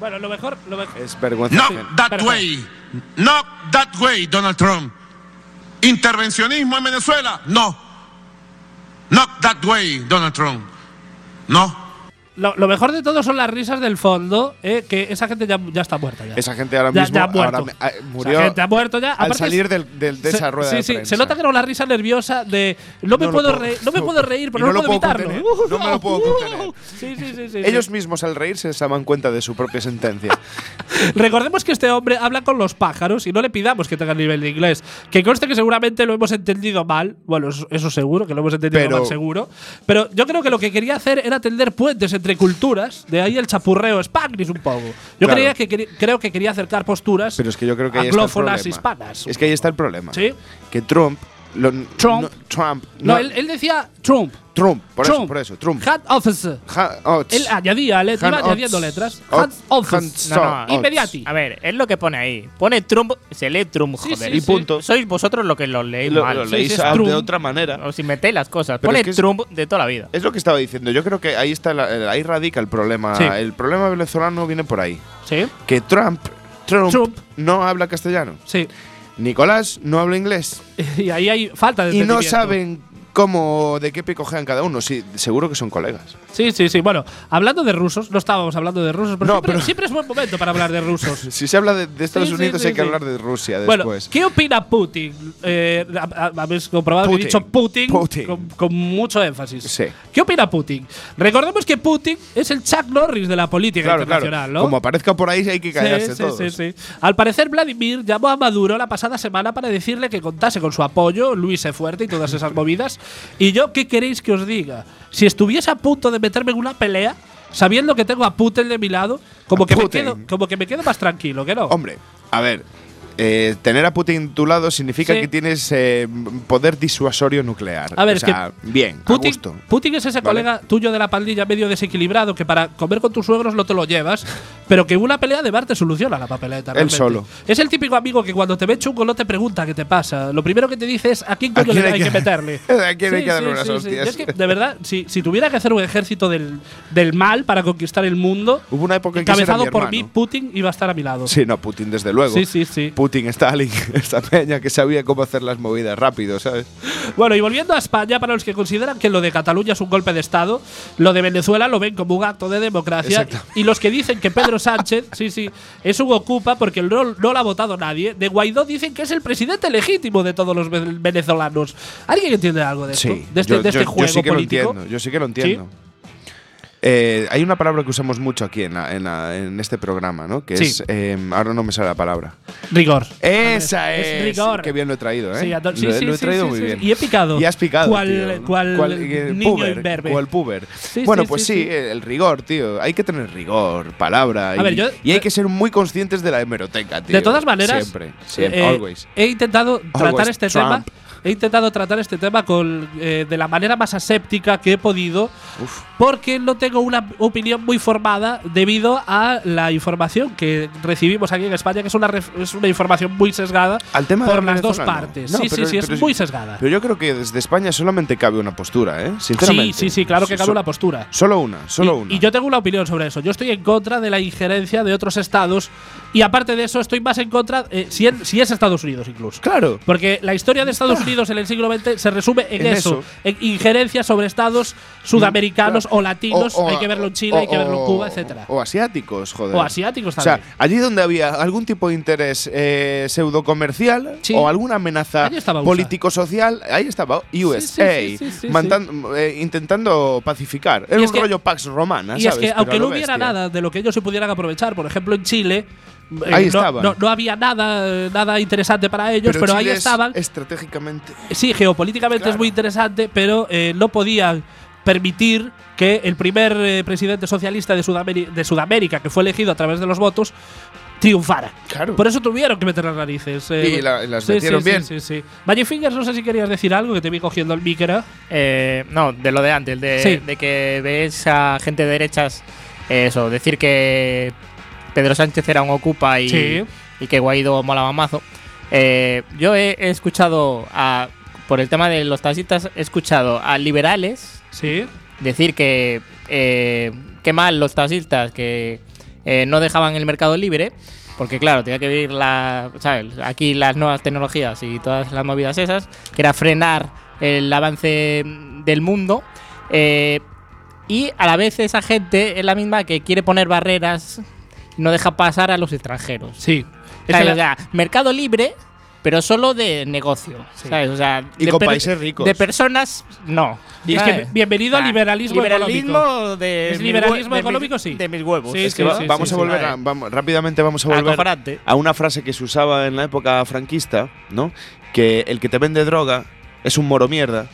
Speaker 3: Bueno, lo mejor. Lo mejor.
Speaker 4: Es vergüenza.
Speaker 8: No
Speaker 4: ajena.
Speaker 8: that way. No that way, Donald Trump. Intervencionismo en Venezuela. No. No that way, Donald Trump. No.
Speaker 3: lo, lo mejor de todo son las risas del fondo, eh, que esa gente ya, ya está muerta. Ya.
Speaker 4: Esa gente ahora
Speaker 3: Ya-
Speaker 4: mismo
Speaker 3: ya ha muerto.
Speaker 4: ahora me- ah, murió
Speaker 3: Esa gente ha muerto ya.
Speaker 4: al
Speaker 3: Aparte
Speaker 4: salir
Speaker 3: es-
Speaker 4: del, del- de esa
Speaker 3: se-
Speaker 4: rueda
Speaker 3: Sí,
Speaker 4: de
Speaker 3: sí,
Speaker 4: prensa.
Speaker 3: se nota que era una risa nerviosa de no me, puedo,
Speaker 4: No lo puedo- [LAUGHS]
Speaker 3: reír, no me
Speaker 4: no-
Speaker 3: puedo reír, pero no,
Speaker 4: y no lo
Speaker 3: puedo
Speaker 4: puedo
Speaker 3: evitarlo. [LAUGHS] Uh,
Speaker 4: contener, no me lo puedo contener.
Speaker 3: Sí, sí, sí, sí,
Speaker 4: Ellos
Speaker 3: sí.
Speaker 4: mismos al reírse se daban cuenta de su
Speaker 3: [LAUGHS]
Speaker 4: propia sentencia.
Speaker 3: Recordemos que este hombre habla con los pájaros y no le pidamos que tenga nivel de inglés. Que conste que seguramente lo hemos entendido mal. Bueno, eso- eso seguro, que lo hemos entendido
Speaker 4: Pero-
Speaker 3: mal seguro. Pero yo creo que lo que quería hacer era tender puentes entre culturas. De ahí el chapurreo Spanish un poco. Yo
Speaker 4: Claro.
Speaker 3: creía que queri- creo que quería acercar posturas
Speaker 4: Pero es que yo creo que ahí está el
Speaker 3: anglófonas
Speaker 4: problema.
Speaker 3: hispanas.
Speaker 4: Es que ahí está el problema.
Speaker 3: Sí.
Speaker 4: Que Trump. lo-
Speaker 3: Trump.
Speaker 4: no- Trump.
Speaker 3: no,
Speaker 4: no,
Speaker 3: él, él decía Trump.
Speaker 4: Trump. Por
Speaker 3: Trump.
Speaker 4: eso, por eso. Trump. oh,
Speaker 3: Hat officer.
Speaker 4: Ha- Ots.
Speaker 3: Él añadía, le iba
Speaker 4: Han Ots.
Speaker 3: añadiendo letras.
Speaker 4: Ots.
Speaker 3: Hat office.
Speaker 4: Hans
Speaker 1: No, no.
Speaker 4: Ots.
Speaker 3: Inmediati.
Speaker 1: A ver, es lo que pone ahí. Pone Trump, se lee Trump,
Speaker 3: Sí,
Speaker 1: joder.
Speaker 3: sí, Y sí. punto.
Speaker 1: Sois vosotros lo que lo leéis
Speaker 4: Lo,
Speaker 1: mal.
Speaker 4: lo
Speaker 1: Sí,
Speaker 4: leéis
Speaker 1: sí, es
Speaker 4: a-
Speaker 1: Trump.
Speaker 4: de otra manera.
Speaker 1: Os inventáis las cosas.
Speaker 4: Pero
Speaker 1: pone
Speaker 4: es que es-
Speaker 1: Trump de toda la vida.
Speaker 4: Es lo que estaba diciendo. Yo creo que ahí está la- eh, ahí radica el problema.
Speaker 3: Sí.
Speaker 4: El problema venezolano viene por ahí.
Speaker 3: Sí,
Speaker 4: Que Trump, Trump,
Speaker 3: Trump.
Speaker 4: no habla castellano.
Speaker 3: sí. [LAUGHS]
Speaker 4: Nicolás no habla inglés.
Speaker 3: Y ahí hay falta de
Speaker 4: Y no
Speaker 3: entendimiento.
Speaker 4: saben cómo, de qué pie cojean cada uno. Sí, seguro que son colegas.
Speaker 3: Sí, sí, sí. Bueno, hablando de rusos, no estábamos hablando de rusos, pero,
Speaker 4: No,
Speaker 3: siempre,
Speaker 4: pero-
Speaker 3: siempre es buen momento para hablar de
Speaker 4: [LAUGHS]
Speaker 3: rusos.
Speaker 4: Si se habla de, de Estados
Speaker 3: Sí, sí,
Speaker 4: Unidos
Speaker 3: sí,
Speaker 4: hay que
Speaker 3: sí.
Speaker 4: hablar de Rusia después.
Speaker 3: bueno, ¿qué opina Putin? Eh, ha- ha- habéis comprobado que he
Speaker 4: Putin.
Speaker 3: dicho Putin,
Speaker 4: Putin.
Speaker 3: Con, con mucho énfasis.
Speaker 4: Sí.
Speaker 3: ¿Qué opina Putin? Recordemos que Putin es el Chuck Norris de la política
Speaker 4: Claro, claro.
Speaker 3: internacional, ¿no?
Speaker 4: Como aparezca por ahí hay que callarse
Speaker 3: sí,
Speaker 4: todos.
Speaker 3: sí, sí, sí. Al parecer, Vladimir llamó a Maduro la pasada semana para decirle que contase con su apoyo, Luis E. Fuerte y todas esas movidas. Y yo, ¿qué queréis que os diga? Si estuviese a punto de meterme en una pelea, sabiendo que tengo a Putin de mi lado, como,
Speaker 4: A
Speaker 3: que me,
Speaker 4: Putin.
Speaker 3: quedo, como que me quedo más tranquilo, ¿que no?
Speaker 4: Hombre, a ver. eh, tener a Putin a tu lado significa
Speaker 3: Sí.
Speaker 4: que tienes eh, poder disuasorio nuclear.
Speaker 3: A ver,
Speaker 4: O
Speaker 3: es que
Speaker 4: sea, bien, a
Speaker 3: Putin,
Speaker 4: gusto.
Speaker 3: Putin es ese
Speaker 4: Vale.
Speaker 3: colega tuyo de la pandilla medio desequilibrado que para comer con tus suegros no te lo llevas, pero que una pelea de bar te soluciona la papeleta.
Speaker 4: Él
Speaker 3: realmente.
Speaker 4: solo.
Speaker 3: Es el típico amigo que cuando te ve chungo no te pregunta qué te pasa. Lo primero que te dice es a quién
Speaker 4: ¿A
Speaker 3: coño
Speaker 4: quién
Speaker 3: le
Speaker 4: hay
Speaker 3: hay que,
Speaker 4: que-
Speaker 3: meterle.
Speaker 4: [LAUGHS] a quién hay que darle unas hostias?
Speaker 3: Yo Es que, de verdad, si, si tuviera que hacer un ejército del, del mal para conquistar el mundo,
Speaker 4: Hubo una época en que ese era
Speaker 3: encabezado
Speaker 4: mi
Speaker 3: por mí,
Speaker 4: hermano.
Speaker 3: Putin iba a estar a mi lado.
Speaker 4: Sí, no, Putin desde luego.
Speaker 3: Sí, sí, sí.
Speaker 4: Putin, Stalin, [LAUGHS] esta peña que sabía cómo hacer las movidas rápido, ¿sabes?
Speaker 3: Bueno, y volviendo a España, para los que consideran que lo de Cataluña es un golpe de Estado, lo de Venezuela lo ven como un acto de democracia.
Speaker 4: Exactamente.
Speaker 3: Y los que dicen que Pedro Sánchez, sí, sí, es un ocupa porque no, no lo ha votado nadie, de Guaidó dicen que es el presidente legítimo de todos los ve- venezolanos. ¿Alguien entiende algo de esto? de este,
Speaker 4: yo,
Speaker 3: de este
Speaker 4: yo- yo
Speaker 3: juego
Speaker 4: sí que
Speaker 3: político.
Speaker 4: lo entiendo. Yo sí que lo entiendo. Eh, hay una palabra que usamos mucho aquí en, la- en la- en este programa, ¿no? Que
Speaker 3: Sí.
Speaker 4: es. eh, ahora no me sale la palabra.
Speaker 3: Rigor.
Speaker 4: Esa
Speaker 3: Es
Speaker 4: es.
Speaker 3: rigor.
Speaker 4: Qué bien lo he traído, ¿eh?
Speaker 3: Sí, a to- sí,
Speaker 4: lo,
Speaker 3: sí,
Speaker 4: lo he
Speaker 3: sí,
Speaker 4: traído
Speaker 3: sí,
Speaker 4: muy
Speaker 3: sí,
Speaker 4: bien.
Speaker 3: sí. Y he picado.
Speaker 4: Y has picado.
Speaker 3: Cual-
Speaker 4: tío.
Speaker 3: cual
Speaker 4: eh,
Speaker 3: niño
Speaker 4: puber,
Speaker 3: imberbe.
Speaker 4: Cual puber.
Speaker 3: Sí,
Speaker 4: bueno,
Speaker 3: sí,
Speaker 4: pues
Speaker 3: sí,
Speaker 4: sí,
Speaker 3: sí.
Speaker 4: el rigor, tío. Hay que tener rigor, palabra.
Speaker 3: A
Speaker 4: y,
Speaker 3: ver, yo-
Speaker 4: y hay que ser muy conscientes de la hemeroteca, tío.
Speaker 3: De todas maneras,
Speaker 4: Siempre, siempre,
Speaker 3: eh,
Speaker 4: always.
Speaker 3: he intentado tratar
Speaker 4: Always
Speaker 3: este
Speaker 4: Trump.
Speaker 3: tema. He intentado tratar este tema con, eh, de la manera más aséptica que he podido, porque no tengo una opinión muy formada debido a la información que recibimos aquí en España, que es una, ref- es una información muy sesgada
Speaker 4: Al tema
Speaker 3: por
Speaker 4: del
Speaker 3: las dos
Speaker 4: venezolano.
Speaker 3: partes.
Speaker 4: No,
Speaker 3: sí,
Speaker 4: pero-
Speaker 3: sí, sí, es
Speaker 4: pero
Speaker 3: muy sesgada.
Speaker 4: Pero yo creo que desde España solamente cabe una postura, ¿eh?
Speaker 3: Sí,
Speaker 4: Sinceramente.
Speaker 3: sí, sí, claro que
Speaker 4: So-
Speaker 3: cabe una postura.
Speaker 4: Solo una, solo
Speaker 3: y,
Speaker 4: una.
Speaker 3: y yo tengo una opinión sobre eso. Yo estoy en contra de la injerencia de otros estados y aparte de eso estoy más en contra eh, si, en- si es Estados Unidos incluso.
Speaker 4: Claro.
Speaker 3: Porque la historia de Estados Unidos en el siglo XX se resume en,
Speaker 4: Ah. En
Speaker 3: eso,
Speaker 4: eso. Mm.
Speaker 3: en injerencia sobre estados sudamericanos
Speaker 4: Claro.
Speaker 3: o latinos,
Speaker 4: O- o-
Speaker 3: hay que verlo en Chile,
Speaker 4: o-
Speaker 3: hay que verlo en
Speaker 4: o-
Speaker 3: Cuba, etcétera.
Speaker 4: O asiáticos, joder.
Speaker 3: O asiáticos
Speaker 4: O
Speaker 3: también.
Speaker 4: sea, allí donde había algún tipo de interés eh, pseudocomercial
Speaker 3: Sí.
Speaker 4: o alguna amenaza
Speaker 3: Ahí estaba USA.
Speaker 4: político-social, ahí estaba USA,
Speaker 3: sí, sí, sí, sí,
Speaker 4: mantan- eh, intentando pacificar. Era
Speaker 3: Y
Speaker 4: un
Speaker 3: es que-
Speaker 4: rollo Pax Romana,
Speaker 3: Y es
Speaker 4: ¿sabes?
Speaker 3: que
Speaker 4: Pero
Speaker 3: aunque
Speaker 4: a
Speaker 3: no
Speaker 4: lo
Speaker 3: hubiera
Speaker 4: bestia.
Speaker 3: nada de lo que ellos se pudieran aprovechar, por ejemplo en Chile, eh,
Speaker 4: Ahí
Speaker 3: no,
Speaker 4: estaban.
Speaker 3: no- no había nada, nada interesante para ellos, pero, ahí
Speaker 4: Chile es
Speaker 3: estaban.
Speaker 4: Estratégicamente.
Speaker 3: Sí, geopolíticamente es
Speaker 4: Claro.
Speaker 3: muy interesante, pero eh, no podían permitir que el primer eh, presidente socialista de, Sudameri- de Sudamérica, que fue elegido a través de los votos, triunfara.
Speaker 4: Claro.
Speaker 3: Por eso tuvieron que meter las narices. eh.
Speaker 4: Y la- y las metieron bien.
Speaker 3: Sí, sí, sí. Valle Fingers, no sé si querías decir algo, que te vi cogiendo el micro.
Speaker 1: Eh, no, de lo de antes, de,
Speaker 3: Sí.
Speaker 1: de que ves a gente de derechas, eh, eso, decir que Pedro Sánchez era un ocupa y,
Speaker 3: Sí.
Speaker 1: y que Guaidó molaba mazo. Eh, yo he, he escuchado, a, por el tema de los taxistas, he escuchado a liberales
Speaker 3: Sí.
Speaker 1: decir que eh, qué mal los taxistas que eh, no dejaban el mercado libre porque claro tenía que vivir la ¿sabes? aquí las nuevas tecnologías y todas las movidas esas que era frenar el avance del mundo eh, Y a la vez esa gente es la misma que quiere poner barreras y no deja pasar a los extranjeros.
Speaker 3: Sí.
Speaker 1: ¿Sabes?
Speaker 3: Esa-
Speaker 1: O sea, mercado libre, pero solo de negocio. ¿sabes? O sea,
Speaker 4: Y
Speaker 1: de
Speaker 4: con
Speaker 1: per-
Speaker 4: países ricos.
Speaker 1: De personas, no.
Speaker 3: Y es
Speaker 1: ¿sabes?
Speaker 3: que bienvenido al liberalismo
Speaker 1: liberalismo De
Speaker 3: Es
Speaker 1: mis
Speaker 3: liberalismo
Speaker 1: hue- de
Speaker 3: económico,
Speaker 1: mis-
Speaker 3: sí.
Speaker 1: De mis huevos.
Speaker 3: Sí,
Speaker 4: Es que
Speaker 3: sí,
Speaker 4: va-
Speaker 3: sí,
Speaker 4: vamos
Speaker 3: sí,
Speaker 4: a
Speaker 3: sí.
Speaker 4: volver,
Speaker 1: Vale.
Speaker 4: a- vamos- rápidamente vamos a volver
Speaker 1: Acojonante.
Speaker 4: a una frase que se usaba en la época franquista, ¿no? Que el que te vende droga es un moro mierda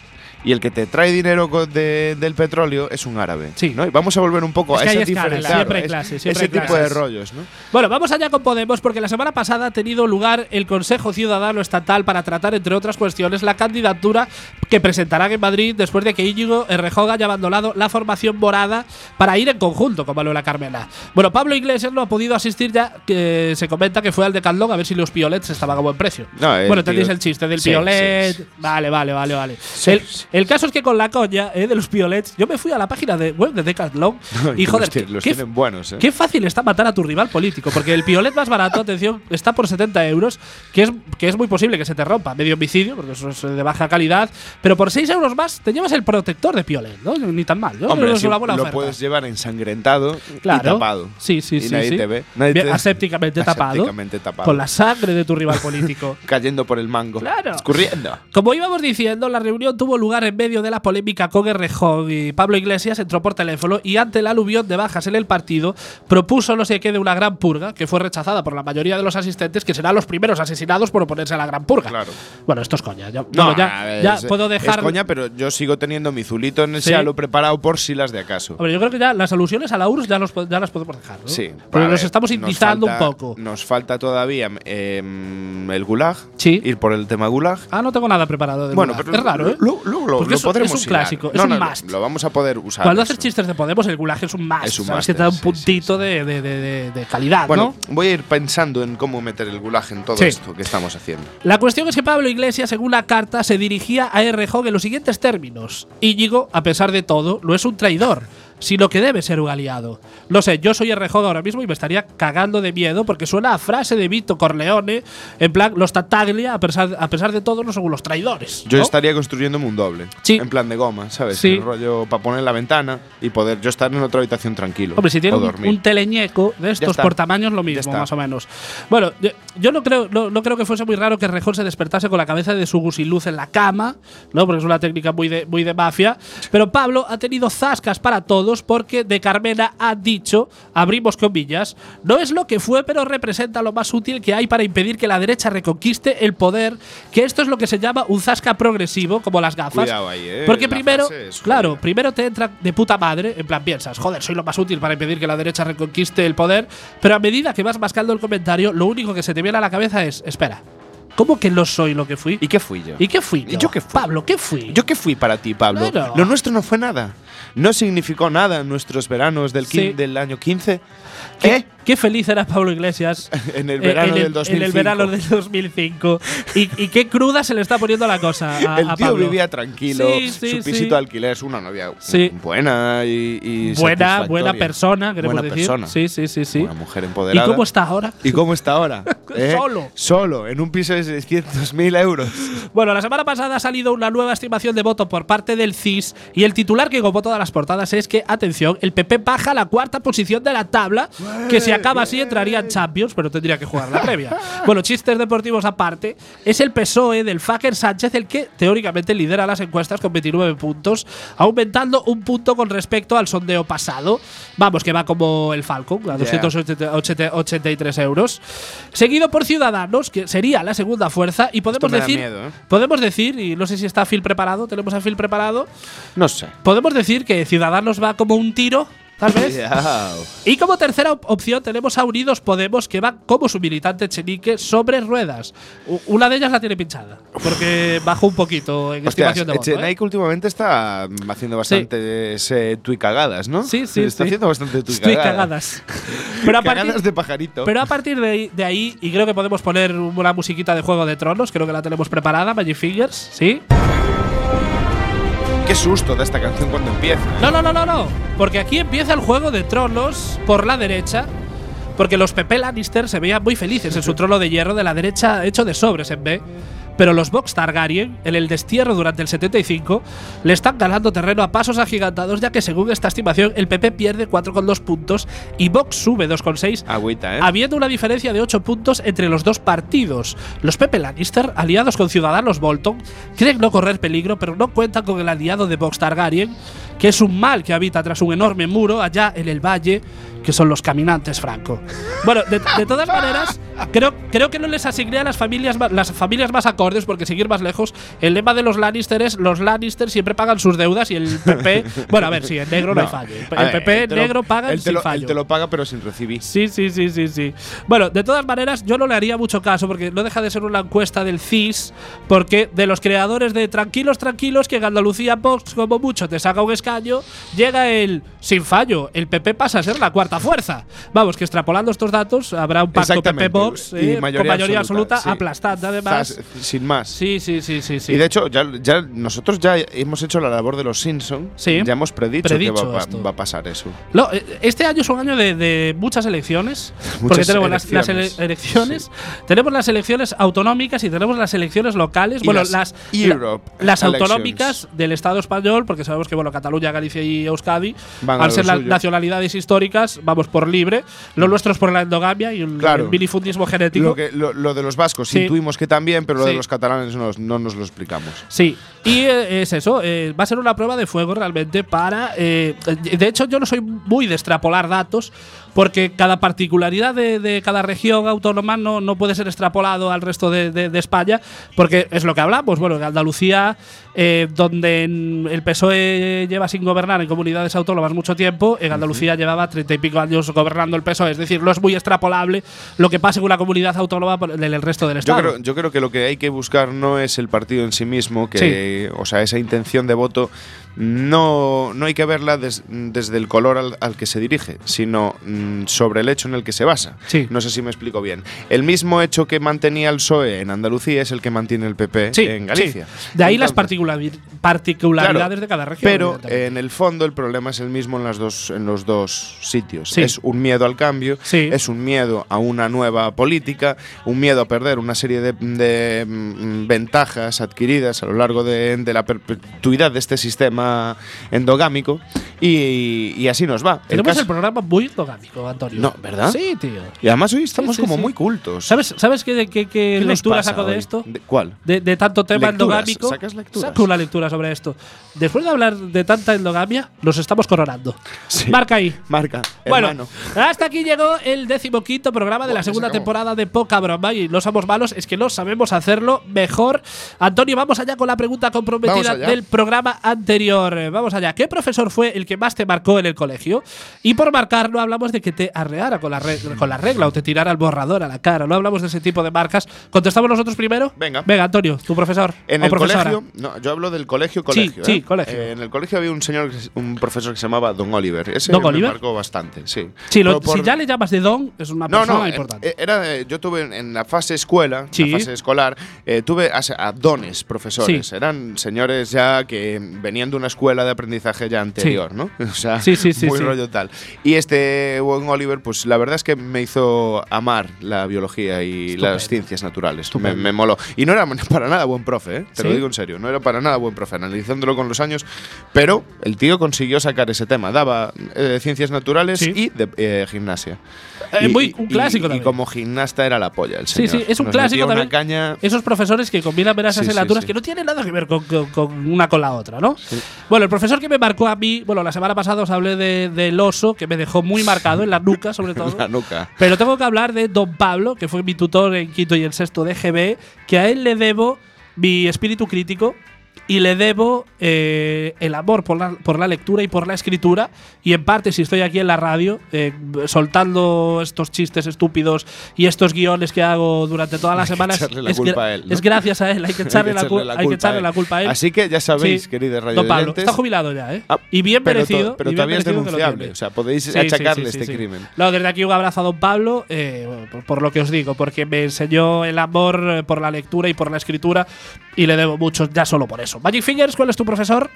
Speaker 4: y el que te trae dinero co- de- del petróleo es un árabe.
Speaker 3: Sí.
Speaker 4: ¿no? Y vamos a volver un poco
Speaker 3: Es que
Speaker 4: a
Speaker 3: hay
Speaker 4: ese
Speaker 3: escalas,
Speaker 4: diferenciar,
Speaker 3: siempre hay
Speaker 4: es-
Speaker 3: clases, siempre
Speaker 4: ese
Speaker 3: hay
Speaker 4: tipo
Speaker 3: clases.
Speaker 4: de rollos, ¿no?
Speaker 3: Bueno, vamos allá con Podemos porque la semana pasada ha tenido lugar el Consejo Ciudadano Estatal para tratar, entre otras cuestiones, la candidatura que presentarán en Madrid después de que Íñigo Errejoga haya abandonado la formación morada para ir en conjunto con Manuela Carmela. Bueno, Pablo Iglesias no ha podido asistir ya, que se comenta que fue al de Caldón a ver si los piolets estaban a buen precio.
Speaker 4: No, el
Speaker 3: bueno, entendéis
Speaker 4: tío-
Speaker 3: el chiste del
Speaker 4: Sí,
Speaker 3: piolet.
Speaker 4: sí, sí.
Speaker 3: Vale, vale, vale, vale. el, el caso es que con la coña eh, de los piolets, yo me fui a la página de web de
Speaker 4: [LAUGHS]
Speaker 3: Decathlon y joder,
Speaker 4: los,
Speaker 3: qué-
Speaker 4: tien- los
Speaker 3: qué-
Speaker 4: tienen buenos, ¿eh?
Speaker 3: Qué fácil está matar a tu rival político, porque el piolet más barato, atención, está por 70 euros, que es, que es muy posible que se te rompa. Medio homicidio, porque eso es de baja calidad, pero por 6 euros más te llevas el protector de piolet, ¿no? Ni tan mal, ¿no?
Speaker 4: Hombre,
Speaker 3: Es
Speaker 4: sí,
Speaker 3: una buena
Speaker 4: lo
Speaker 3: oferta.
Speaker 4: puedes llevar ensangrentado y
Speaker 3: Claro.
Speaker 4: tapado.
Speaker 3: Sí, sí,
Speaker 4: y
Speaker 3: sí.
Speaker 4: Nadie
Speaker 3: sí.
Speaker 4: te ve. Nadie
Speaker 3: Bien,
Speaker 4: te- [LAUGHS]
Speaker 3: asépticamente tapado,
Speaker 4: asépticamente tapado.
Speaker 3: Con la sangre de tu rival político.
Speaker 4: Cayendo por el mango.
Speaker 3: Claro.
Speaker 4: Escurriendo.
Speaker 3: Como íbamos diciendo, la reunión tuvo lugar en medio de la polémica con Errejón y Pablo Iglesias entró por teléfono y ante la aluvión de bajas en el partido propuso no sé qué de una gran purga que fue rechazada por la mayoría de los asistentes que serán los primeros asesinados por oponerse a la gran purga.
Speaker 4: Claro.
Speaker 3: Bueno, esto es coña. Ya, bueno,
Speaker 4: a
Speaker 3: ya,
Speaker 4: ver,
Speaker 3: ya
Speaker 4: es-
Speaker 3: puedo dejar…
Speaker 4: Es coña, pero yo sigo teniendo mi zulito en el
Speaker 3: Sí.
Speaker 4: sealo preparado por si las de acaso.
Speaker 3: Hombre, yo creo que ya las alusiones a la URSS ya, los po- ya las podemos dejar, ¿no?
Speaker 4: Sí.
Speaker 3: Porque
Speaker 4: a
Speaker 3: nos
Speaker 4: ver,
Speaker 3: estamos
Speaker 4: nos
Speaker 3: indizando un
Speaker 4: falta-
Speaker 3: poco.
Speaker 4: Nos falta todavía em, el gulag.
Speaker 3: Sí.
Speaker 4: Ir por el tema gulag.
Speaker 3: Ah, no tengo nada preparado. De
Speaker 4: Bueno,
Speaker 3: verdad.
Speaker 4: pero
Speaker 3: es raro, ¿eh?
Speaker 4: lo- lo- lo-
Speaker 3: Porque
Speaker 4: lo
Speaker 3: es,
Speaker 4: podremos
Speaker 3: es un
Speaker 4: hilar.
Speaker 3: clásico, es
Speaker 4: No,
Speaker 3: un
Speaker 4: no, lo-
Speaker 3: must.
Speaker 4: Lo vamos a poder usar.
Speaker 3: Cuando
Speaker 4: eso.
Speaker 3: haces chistes de Podemos, el gulaje es un más.
Speaker 4: pues, Es un
Speaker 3: Que te da un
Speaker 4: máster, sí,
Speaker 3: puntito de, de- de- de- de calidad,
Speaker 4: Bueno,
Speaker 3: ¿no?
Speaker 4: voy a ir pensando en cómo meter el gulag en todo
Speaker 3: Sí.
Speaker 4: esto que estamos haciendo.
Speaker 3: La cuestión es que Pablo Iglesias, según la carta, se dirigía a Errejón en los siguientes términos. Íñigo, a pesar de todo, no es un traidor, sino que debe ser un aliado. No sé, yo soy Errejón ahora mismo y me estaría cagando de miedo porque suena a frase de Vito Corleone, en plan, los Tataglia, a pesar, a pesar de todo, no son unos traidores.
Speaker 4: Yo
Speaker 3: ¿no?
Speaker 4: estaría construyéndome un doble.
Speaker 3: Sí.
Speaker 4: En plan de goma, ¿sabes?
Speaker 3: Sí.
Speaker 4: El rollo para poner en la ventana y poder yo estar en otra habitación tranquilo.
Speaker 3: Hombre, si tiene
Speaker 4: o
Speaker 3: un,
Speaker 4: dormir.
Speaker 3: un teleñeco de estos
Speaker 4: está.
Speaker 3: por tamaños, lo
Speaker 4: Ya
Speaker 3: mismo,
Speaker 4: está.
Speaker 3: más o menos. Bueno, yo, yo no, creo, no, no creo que fuese muy raro que Rejón se despertase con la cabeza de su gusiluz en la cama, ¿no? Porque es una técnica muy de, muy de mafia. Pero Pablo ha tenido zascas para todos porque De Carmena ha dicho, abrimos comillas, no es lo que fue, pero representa lo más útil que hay para impedir que la derecha reconquiste el poder, que esto es lo que se llama un zasca progresivo, como las gafas.
Speaker 4: Cuidado ahí, eh,
Speaker 3: Porque
Speaker 4: la
Speaker 3: primero,
Speaker 4: frase es
Speaker 3: claro,
Speaker 4: jodida.
Speaker 3: primero te entra de puta madre, en plan piensas, joder, soy lo más útil para impedir que la derecha reconquiste el poder, pero a medida que vas mascando el comentario, lo único que se te viene a la cabeza es, espera, ¿cómo que no soy lo que fui?
Speaker 4: ¿Y qué fui yo?
Speaker 3: ¿Y qué fui?
Speaker 4: ¿Y yo qué fui?
Speaker 3: Pablo, ¿qué fui?
Speaker 4: ¿Yo qué fui para ti, Pablo?
Speaker 3: Claro.
Speaker 4: Lo nuestro no fue nada. No significó nada en nuestros veranos del, quin-
Speaker 3: Sí.
Speaker 4: del año 15.
Speaker 3: ¿Qué? Qué feliz era Pablo Iglesias
Speaker 4: En [LAUGHS] el
Speaker 3: eh,
Speaker 4: verano del
Speaker 3: En el
Speaker 4: 2005.
Speaker 3: verano del 2005. y, y qué cruda se le está poniendo la cosa a,
Speaker 4: [LAUGHS] el
Speaker 3: a
Speaker 4: tío
Speaker 3: Pablo.
Speaker 4: vivía tranquilo,
Speaker 3: Sí, sí,
Speaker 4: su pisito de
Speaker 3: sí.
Speaker 4: alquiler, una novia
Speaker 3: Sí.
Speaker 4: buena y, y
Speaker 3: Buena,
Speaker 4: satisfactoria.
Speaker 3: buena persona, queremos
Speaker 4: buena
Speaker 3: decir.
Speaker 4: persona.
Speaker 3: Sí, sí, sí, sí.
Speaker 4: Una mujer
Speaker 3: ¿Y
Speaker 4: empoderada.
Speaker 3: cómo está ahora?
Speaker 4: ¿Y cómo está ahora?
Speaker 3: [LAUGHS]
Speaker 4: Eh,
Speaker 3: Solo.
Speaker 4: Solo, en un piso de 600.000 euros.
Speaker 3: Bueno, la semana pasada ha salido una nueva estimación de voto por parte del CIS y el titular que como todas las portadas es que, atención, el PP baja a la cuarta posición de la tabla, que si acaba así entraría en Champions, pero tendría que jugar la previa. bueno, chistes deportivos aparte, es el PSOE E del Faker Sánchez el que teóricamente lidera las encuestas con 29 puntos, aumentando un punto con respecto al sondeo pasado. Vamos, que va como el Falcon, a
Speaker 4: Yeah.
Speaker 3: 283 euros. Seguido por Ciudadanos, que sería la segunda fuerza, y podemos
Speaker 4: me da
Speaker 3: decir
Speaker 4: miedo, ¿eh?
Speaker 3: Podemos decir, y no sé si está Phil preparado, tenemos a Phil preparado,
Speaker 4: No sé.
Speaker 3: podemos decir que Ciudadanos va como un tiro, tal vez.
Speaker 4: Cuidado.
Speaker 3: Y como tercera op- opción tenemos a Unidos Podemos, que va como su militante chenique sobre ruedas. U- Una de ellas la tiene pinchada, porque bajó un poquito en
Speaker 4: Hostias,
Speaker 3: estimación de voto. ¿eh?
Speaker 4: Echenique últimamente está mm, haciendo bastantes eh, tuicagadas, ¿no?
Speaker 3: Sí, sí,
Speaker 4: Está
Speaker 3: sí.
Speaker 4: haciendo bastante
Speaker 3: Estoy cagadas.
Speaker 4: tuicagadas.
Speaker 3: Pero a partir,
Speaker 4: Cagadas de pajarito.
Speaker 3: Pero a partir de ahí, de ahí, y creo que podemos poner una musiquita de Juego de Tronos, creo que la tenemos preparada, Magic Fingers, ¿sí?
Speaker 4: Qué susto da esta canción cuando empieza.
Speaker 3: No, no, no, no, no. Porque aquí empieza el juego de tronos por la derecha. Porque los Pepe Lannister se veían muy felices en su trono de hierro de la derecha hecho de sobres en B. pero los Vox Targaryen, en el destierro durante el 75, le están ganando terreno a pasos agigantados, ya que según esta estimación, el PP pierde 4,2 puntos y Vox sube 2,6,
Speaker 4: Agüita, ¿eh?
Speaker 3: habiendo una diferencia de 8 puntos entre los dos partidos. Los Pepe Lannister, aliados con Ciudadanos Bolton, creen no correr peligro, pero no cuentan con el aliado de Vox Targaryen, que es un mal que habita tras un enorme muro allá en el valle, que son los caminantes Franco. Bueno, de, de todas maneras, creo, creo que no les asigné a las familias, ma- las familias más acordes, porque seguir más lejos, el lema de los Lannister es los Lannister siempre pagan sus deudas y el PP… bueno, a ver, sí, el negro no, hay fallo. El,
Speaker 4: A ver,
Speaker 3: PP
Speaker 4: él te lo-
Speaker 3: negro paga y
Speaker 4: él te
Speaker 3: sin
Speaker 4: lo-
Speaker 3: fallo.
Speaker 4: Él te lo paga, pero sin recibir.
Speaker 3: Sí, sí, sí, sí, sí. Bueno, de todas maneras, yo no le haría mucho caso porque no deja de ser una encuesta del CIS, porque de los creadores de Tranquilos, Tranquilos, que en Andalucía Vox como mucho te saca un escaño, llega el sin fallo, el PP pasa a ser la cuarta fuerza. Vamos, que extrapolando estos datos, habrá un pacto
Speaker 4: Exactamente.
Speaker 3: PP-Vox
Speaker 4: Y
Speaker 3: eh, con mayoría absoluta,
Speaker 4: sí.
Speaker 3: aplastante además.
Speaker 4: Zas- Sin más.
Speaker 3: Sí, sí, sí, sí, sí.
Speaker 4: Y de hecho, ya, ya nosotros ya hemos hecho la labor de los Simpsons.
Speaker 3: Sí.
Speaker 4: Ya hemos predicho, que
Speaker 3: Predicho
Speaker 4: va- va,
Speaker 3: esto.
Speaker 4: va a pasar eso.
Speaker 3: No, eh, este año es un año de, de muchas
Speaker 4: [LAUGHS]
Speaker 3: elecciones, porque
Speaker 4: Muchas
Speaker 3: tenemos las- las
Speaker 4: elecciones.
Speaker 3: ele- elecciones, tenemos las elecciones autonómicas y tenemos las elecciones locales,
Speaker 4: Y
Speaker 3: bueno,
Speaker 4: las
Speaker 3: las,
Speaker 4: Europe
Speaker 3: la- las
Speaker 4: elections.
Speaker 3: autonómicas del Estado español, porque sabemos que bueno, Cataluña, Galicia y Euskadi,
Speaker 4: Van a
Speaker 3: al
Speaker 4: lo
Speaker 3: ser las
Speaker 4: suyo. Mm.
Speaker 3: nacionalidades históricas, vamos por libre, lo nuestro es por la endogamia y el,
Speaker 4: Claro.
Speaker 3: el minifundismo genético.
Speaker 4: Lo, que, lo, lo de los vascos
Speaker 3: Sí.
Speaker 4: intuimos que también, pero lo
Speaker 3: Sí.
Speaker 4: de los catalanes no, no nos lo explicamos.
Speaker 3: Sí, y eh, es eso, eh, va a ser una prueba de fuego realmente para... eh, de hecho, yo no soy muy de extrapolar datos, porque cada particularidad de, de cada región autónoma no, no puede ser extrapolado al resto de, de- de España, porque es lo que hablamos, bueno, en Andalucía, eh, donde en- el PSOE E lleva sin gobernar en comunidades autónomas mucho tiempo, en Andalucía llevaba treinta y pico años gobernando el PSOE, E, es decir, no es muy extrapolable lo que pasa en una comunidad autónoma por- en el resto del
Speaker 4: Yo
Speaker 3: Estado.
Speaker 4: creo, yo creo que lo que hay que buscar no es el partido en sí mismo, que, o sea, esa intención de voto no, no hay que verla des- desde el color al, al que se dirige, sino mm, sobre el hecho en el que se basa.
Speaker 3: Sí.
Speaker 4: No sé si me explico bien. El mismo hecho que mantenía el PSOE E en Andalucía es el que mantiene el PP
Speaker 3: Sí,
Speaker 4: en Galicia.
Speaker 3: sí. De ahí las
Speaker 4: Entonces,
Speaker 3: particulari- particularidades
Speaker 4: Claro,
Speaker 3: de cada región.
Speaker 4: Pero
Speaker 3: evidentemente.
Speaker 4: en el fondo el problema es el mismo en, las dos, en los dos sitios.
Speaker 3: Sí.
Speaker 4: Es un miedo al cambio,
Speaker 3: Sí.
Speaker 4: es un miedo a una nueva política, un miedo a perder una serie de, de, mm, ventajas adquiridas a lo largo de, de la perpetuidad de este sistema endogámico y, y así nos va. El
Speaker 3: Tenemos
Speaker 4: caso-
Speaker 3: el programa muy endogámico, Antonio.
Speaker 4: No, ¿verdad?
Speaker 3: Sí, tío.
Speaker 4: y además hoy estamos
Speaker 3: sí,
Speaker 4: como
Speaker 3: sí.
Speaker 4: muy cultos.
Speaker 3: ¿Sabes, sabes qué, qué- qué
Speaker 4: ¿Qué nos
Speaker 3: lectura
Speaker 4: pasa
Speaker 3: saco de
Speaker 4: hoy?
Speaker 3: esto?
Speaker 4: ¿De ¿Cuál?
Speaker 3: De, de tanto tema
Speaker 4: Lecturas,
Speaker 3: endogámico.
Speaker 4: ¿sacas lecturas?
Speaker 3: Saco una lectura sobre esto. Después de hablar de tanta endogamia, nos estamos coronando.
Speaker 4: Sí.
Speaker 3: Marca ahí.
Speaker 4: Marca.
Speaker 3: Bueno,
Speaker 4: hermano.
Speaker 3: hasta aquí llegó el decimoquinto programa de
Speaker 4: Buah,
Speaker 3: la
Speaker 4: ya se
Speaker 3: segunda
Speaker 4: acabó.
Speaker 3: temporada de Poca Broma y no somos malos, es que no sabemos hacerlo mejor. Antonio, vamos allá con la pregunta
Speaker 4: Vamos
Speaker 3: comprometida
Speaker 4: allá.
Speaker 3: del programa anterior. Eh, Vamos allá. ¿Qué profesor fue el que más te marcó en el colegio? Y por marcar no hablamos de que te arreara con la, re- con la regla o te tirara el borrador a la cara. No hablamos de ese tipo de marcas. ¿Contestamos nosotros primero?
Speaker 4: Venga.
Speaker 3: Venga, Antonio, tu profesor
Speaker 4: En
Speaker 3: o
Speaker 4: el
Speaker 3: profesora.
Speaker 4: colegio, no, yo hablo del colegio, colegio.
Speaker 3: sí,
Speaker 4: ¿eh?
Speaker 3: colegio.
Speaker 4: Eh, en el colegio había un señor, que se- un profesor que se llamaba Don Oliver. Ese
Speaker 3: ¿Don
Speaker 4: me
Speaker 3: Oliver?
Speaker 4: marcó bastante, sí.
Speaker 3: Si, lo-
Speaker 4: Pero por-
Speaker 3: si ya le llamas de don, es una
Speaker 4: no,
Speaker 3: persona
Speaker 4: no, eh,
Speaker 3: importante.
Speaker 4: eh, Era, eh, yo tuve en- en la fase escuela,
Speaker 3: Sí.
Speaker 4: la fase escolar, eh, tuve a, se- a dones profesores.
Speaker 3: Sí.
Speaker 4: Eran señores ya que venían de una escuela de aprendizaje ya anterior, ¿no? [LAUGHS] O sea,
Speaker 3: Sí, sí, sí,
Speaker 4: muy
Speaker 3: sí.
Speaker 4: rollo tal. Y este Don Oliver, pues la verdad es que me hizo amar la biología y
Speaker 3: Estupendo.
Speaker 4: las ciencias naturales. Me,
Speaker 3: Estupendo.
Speaker 4: me moló. Y no era [LAUGHS] para nada buen profe, ¿eh? te
Speaker 3: ¿Sí?
Speaker 4: lo digo en serio. No era para nada buen profe, analizándolo con los años. Pero el tío consiguió sacar ese tema. Daba eh, ciencias naturales
Speaker 3: Sí.
Speaker 4: y de, eh, gimnasia.
Speaker 3: Eh,
Speaker 4: Y-
Speaker 3: muy-
Speaker 4: y-
Speaker 3: un clásico
Speaker 4: y- y
Speaker 3: también.
Speaker 4: como gimnasta era la polla el
Speaker 3: Sí,
Speaker 4: señor.
Speaker 3: sí, es un
Speaker 4: Nos
Speaker 3: clásico
Speaker 4: metía
Speaker 3: también.
Speaker 4: Una caña. [LAUGHS]
Speaker 3: Esos profesores que combinan veras
Speaker 4: Sí, sí,
Speaker 3: asignaturas
Speaker 4: sí.
Speaker 3: que no tienen nada que ver con, con- con una con la otra, ¿no? Bueno, el profesor que me marcó a mí, bueno, la semana pasada os hablé de- del oso, que me dejó muy marcado en la nuca,
Speaker 4: [LAUGHS]
Speaker 3: sobre todo. [LAUGHS]
Speaker 4: La nuca.
Speaker 3: Pero tengo que hablar de Don Pablo, que fue mi tutor en quinto y en sexto de GB, que a él le debo mi espíritu crítico y le debo eh, el amor por la, por la lectura y por la escritura. Y en parte, si estoy aquí en la radio, eh, soltando estos chistes estúpidos y estos guiones que hago durante todas las semanas,
Speaker 4: echarle la
Speaker 3: es,
Speaker 4: culpa
Speaker 3: gra-
Speaker 4: a él, ¿no?
Speaker 3: es gracias a él. [LAUGHS] Hay que echarle,
Speaker 4: Hay que
Speaker 3: la, cul- hay que echarle la culpa a él.
Speaker 4: Así que ya sabéis,
Speaker 3: Sí.
Speaker 4: queridos
Speaker 3: Don Pablo
Speaker 4: radioyentes…
Speaker 3: está jubilado ya, ¿eh?
Speaker 4: Ah,
Speaker 3: y bien
Speaker 4: pero to-
Speaker 3: merecido.
Speaker 4: pero
Speaker 3: y bien
Speaker 4: todavía es
Speaker 3: merecido que lo
Speaker 4: denunciable,
Speaker 3: tiene.
Speaker 4: o sea, podéis
Speaker 3: sí,
Speaker 4: achacarle
Speaker 3: sí, sí,
Speaker 4: este
Speaker 3: sí.
Speaker 4: crimen.
Speaker 3: No, desde aquí un abrazo a don Pablo, eh, bueno, por, por lo que os digo, porque me enseñó el amor eh, por la lectura y por la escritura, y le debo mucho ya solo por eso. Magic Fingers, ¿cuál es tu profesor?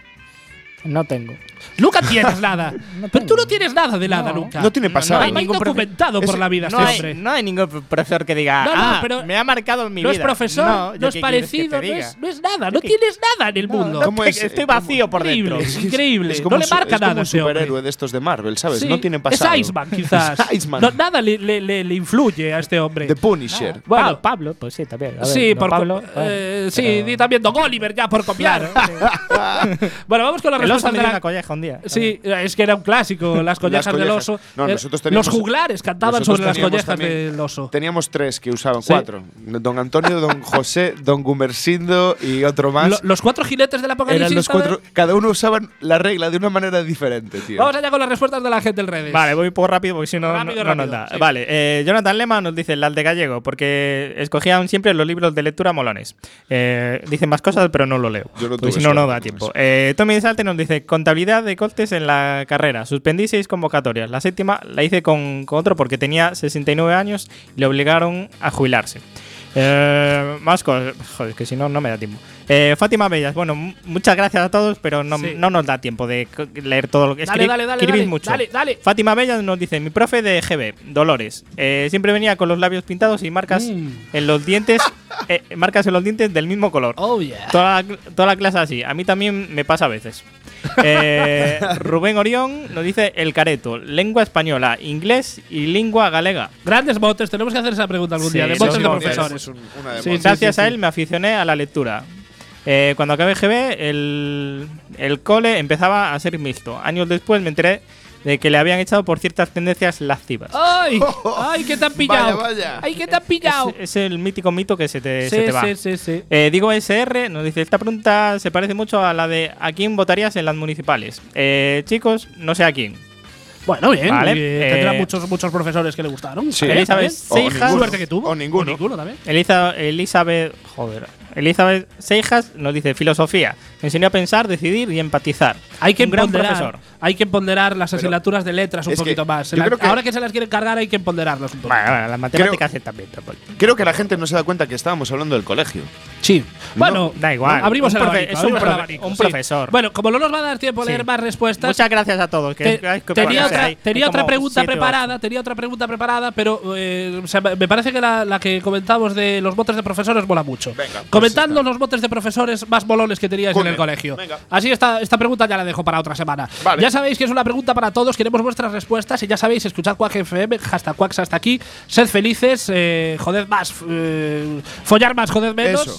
Speaker 1: No tengo.
Speaker 3: Nunca
Speaker 1: [LAUGHS]
Speaker 3: tienes nada. Pero tú no tienes nada de nada
Speaker 1: No.
Speaker 3: nunca.
Speaker 4: No tiene pasado.
Speaker 3: hay ningún
Speaker 1: profe-
Speaker 3: documentado por
Speaker 4: Ese-
Speaker 3: la vida
Speaker 1: No
Speaker 3: este
Speaker 1: hay,
Speaker 3: hombre.
Speaker 1: no hay ningún profesor que diga,
Speaker 3: No, no,
Speaker 1: ah,
Speaker 3: pero-
Speaker 1: me ha marcado en mi
Speaker 3: No es
Speaker 1: vida.
Speaker 3: profesor, no,
Speaker 1: yo
Speaker 3: es
Speaker 1: qué quieres que te
Speaker 3: parecido, no
Speaker 1: diga.
Speaker 3: es, no es nada. No
Speaker 1: que-
Speaker 3: tienes nada en el mundo.
Speaker 4: ¿Cómo
Speaker 1: Te-
Speaker 4: es?
Speaker 1: Estoy
Speaker 4: ¿Cómo?
Speaker 1: vacío por dentro.
Speaker 3: Increíble. Increíble.
Speaker 4: Es
Speaker 3: no
Speaker 4: un
Speaker 3: le
Speaker 4: su-
Speaker 3: marca
Speaker 4: es como
Speaker 3: nada
Speaker 4: un
Speaker 3: ese hombre.
Speaker 4: superhéroe de estos de Marvel, ¿sabes?
Speaker 3: Sí,
Speaker 4: no tiene pasado.
Speaker 3: Es Iceman, quizás.
Speaker 4: [LAUGHS] Es Iceman.
Speaker 3: No, nada le, le- le- le influye a este hombre.
Speaker 4: The Punisher.
Speaker 3: Bueno,
Speaker 1: Pablo, Pablo, pues sí, también. A ver,
Speaker 3: sí,
Speaker 1: no,
Speaker 3: por co-
Speaker 1: Pablo.
Speaker 3: eh,
Speaker 1: bueno,
Speaker 3: sí,
Speaker 1: pero-
Speaker 3: di también Don Oliver ya por copiar. [LAUGHS] bueno, vamos con la
Speaker 1: El
Speaker 3: respuesta
Speaker 1: oso
Speaker 3: de
Speaker 1: me dio
Speaker 3: la.
Speaker 1: una colleja un día.
Speaker 3: Sí, es que era un
Speaker 4: [LAUGHS]
Speaker 3: clásico, las collejas, del
Speaker 4: collejas.
Speaker 3: oso.
Speaker 4: No,
Speaker 3: Eh,
Speaker 4: nosotros teníamos-
Speaker 3: los juglares cantaban
Speaker 4: nosotros
Speaker 3: sobre las
Speaker 4: teníamos
Speaker 3: collejas
Speaker 4: también-
Speaker 3: del oso.
Speaker 4: Teníamos tres que usaban,
Speaker 3: Sí.
Speaker 4: cuatro. Don Antonio, Don José, Don Gumersindo y otro más.
Speaker 3: Lo- los cuatro jinetes del apocalipsis.
Speaker 4: Eran los
Speaker 3: ¿sabes?
Speaker 4: cuatro. Cada uno usaban la regla de una manera diferente, tío.
Speaker 3: Vamos allá con las respuestas de la gente del redes.
Speaker 1: Vale, voy un poco rápido porque si no, no-
Speaker 3: Rápido,
Speaker 1: no nos
Speaker 3: rápido,
Speaker 1: da.
Speaker 3: sí.
Speaker 1: Vale, eh, Jonathan Lema nos dice el de gallego, porque escogían siempre los libros de lectura molones. Eh, dicen más cosas, pero no lo leo.
Speaker 4: Yo no tuve
Speaker 1: porque si no, no
Speaker 4: suerte
Speaker 1: da
Speaker 4: con
Speaker 1: tiempo.
Speaker 4: eso.
Speaker 1: Eh, Tommy de Salte nos dice contabilidad de costes en la carrera. Suspendí seis convocatorias. La séptima la hice con, con otro porque tenía 69 años y le obligaron a jubilarse. Eh, más cosas. Joder, que si no, no me da tiempo. Eh, Fátima Bellas, bueno, mu- muchas gracias a todos, pero no,
Speaker 3: Sí.
Speaker 1: no nos da tiempo de co- leer todo lo que
Speaker 3: Dale,
Speaker 1: escri-
Speaker 3: dale, dale,
Speaker 1: escribís
Speaker 3: dale,
Speaker 1: mucho.
Speaker 3: dale, dale.
Speaker 1: Fátima Bella nos dice, mi profe de GB, Dolores, eh, siempre venía con los labios pintados y marcas
Speaker 3: Mm.
Speaker 1: en los
Speaker 3: [LAUGHS]
Speaker 1: dientes, eh, marcas en los dientes del mismo color.
Speaker 3: Oh, yeah.
Speaker 1: Toda, la, cl- toda la clase así. A mí también me pasa
Speaker 3: [LAUGHS]
Speaker 1: a veces. Eh, Rubén Orión nos dice el careto, lengua española, inglés y lengua galega.
Speaker 3: Grandes motes, tenemos que hacer esa pregunta algún
Speaker 1: Sí,
Speaker 3: día. De
Speaker 1: los
Speaker 3: motes de
Speaker 1: motes.
Speaker 3: profesores.
Speaker 4: Una de
Speaker 3: Sí,
Speaker 4: Mon-
Speaker 1: Pues Gracias
Speaker 3: sí,
Speaker 1: a
Speaker 3: sí.
Speaker 1: él me aficioné a la lectura. Eh, cuando acabé GB, el, el cole empezaba a ser mixto. Años después me enteré de que le habían echado por ciertas tendencias
Speaker 3: Oh.
Speaker 1: lascivas.
Speaker 4: [LAUGHS]
Speaker 3: ¡Ay! ¡Ay, que te han pillado!
Speaker 4: Vaya, vaya.
Speaker 3: ¡Ay, que te han pillado!
Speaker 1: Es, es el mítico mito que se te, se
Speaker 3: Sí,
Speaker 1: te va.
Speaker 3: sí, sí, sí.
Speaker 1: Eh, digo SR, nos dice, esta pregunta se parece mucho a la de ¿a quién votarías en las municipales? Eh, chicos, no sé a quién.
Speaker 3: Bueno, bien.
Speaker 1: Vale,
Speaker 3: muy bien.
Speaker 1: eh,
Speaker 3: Tendrá muchos, muchos profesores que le gustaron.
Speaker 4: Sí.
Speaker 3: Bien,
Speaker 1: Elizabeth
Speaker 3: bien.
Speaker 4: O
Speaker 1: Seijas.
Speaker 4: ninguno.
Speaker 3: Suerte que tuvo.
Speaker 4: O ninguno.
Speaker 3: también.
Speaker 1: Eliza- Elizabeth, joder, Elizabeth Seijas nos dice, filosofía, me enseñó a pensar, decidir y empatizar.
Speaker 3: Hay que,
Speaker 1: Un gran
Speaker 3: ponderar,
Speaker 1: profesor.
Speaker 3: hay que ponderar las asignaturas de letras un
Speaker 4: es que
Speaker 3: poquito más. Se
Speaker 4: yo
Speaker 3: la-
Speaker 4: creo que-
Speaker 3: ahora que se las quieren cargar hay que ponderarlas un poco.
Speaker 1: Bueno, bueno, las matemáticas también. tampoco.
Speaker 4: Creo que la gente no se da cuenta que estábamos hablando del colegio.
Speaker 3: Sí. Bueno,
Speaker 1: No, da igual.
Speaker 3: Abrimos
Speaker 1: Un
Speaker 3: el
Speaker 1: profe-
Speaker 3: abanico,
Speaker 1: es un
Speaker 3: abrimos el
Speaker 1: profe-
Speaker 3: abanico,
Speaker 1: un
Speaker 3: sí.
Speaker 1: profesor.
Speaker 3: Bueno, como no nos va a dar tiempo a
Speaker 1: Sí.
Speaker 3: leer más respuestas,
Speaker 1: Muchas gracias a todos. que-
Speaker 3: Te-
Speaker 1: que- que-
Speaker 3: tenía
Speaker 1: que-
Speaker 3: otra,
Speaker 1: hay-
Speaker 3: tenía
Speaker 1: hay
Speaker 3: otra
Speaker 1: como
Speaker 3: pregunta
Speaker 1: siete o ocho.
Speaker 3: preparada, tenía otra pregunta preparada, pero eh, o sea, me parece que la, la que comentamos de los botes de profesores mola mucho.
Speaker 4: Venga, pues
Speaker 3: Comentando los botes de profesores más molones que teníais en
Speaker 4: Joder,
Speaker 3: el colegio.
Speaker 4: venga.
Speaker 3: Así esta, esta pregunta ya la dejo para otra semana.
Speaker 4: Vale.
Speaker 3: Ya sabéis que es una pregunta para todos, queremos vuestras respuestas y ya sabéis, escuchad Quack FM, hashtag Quacks hasta aquí, sed felices, eh, joded más, eh, follar más, joded menos.
Speaker 4: Eso.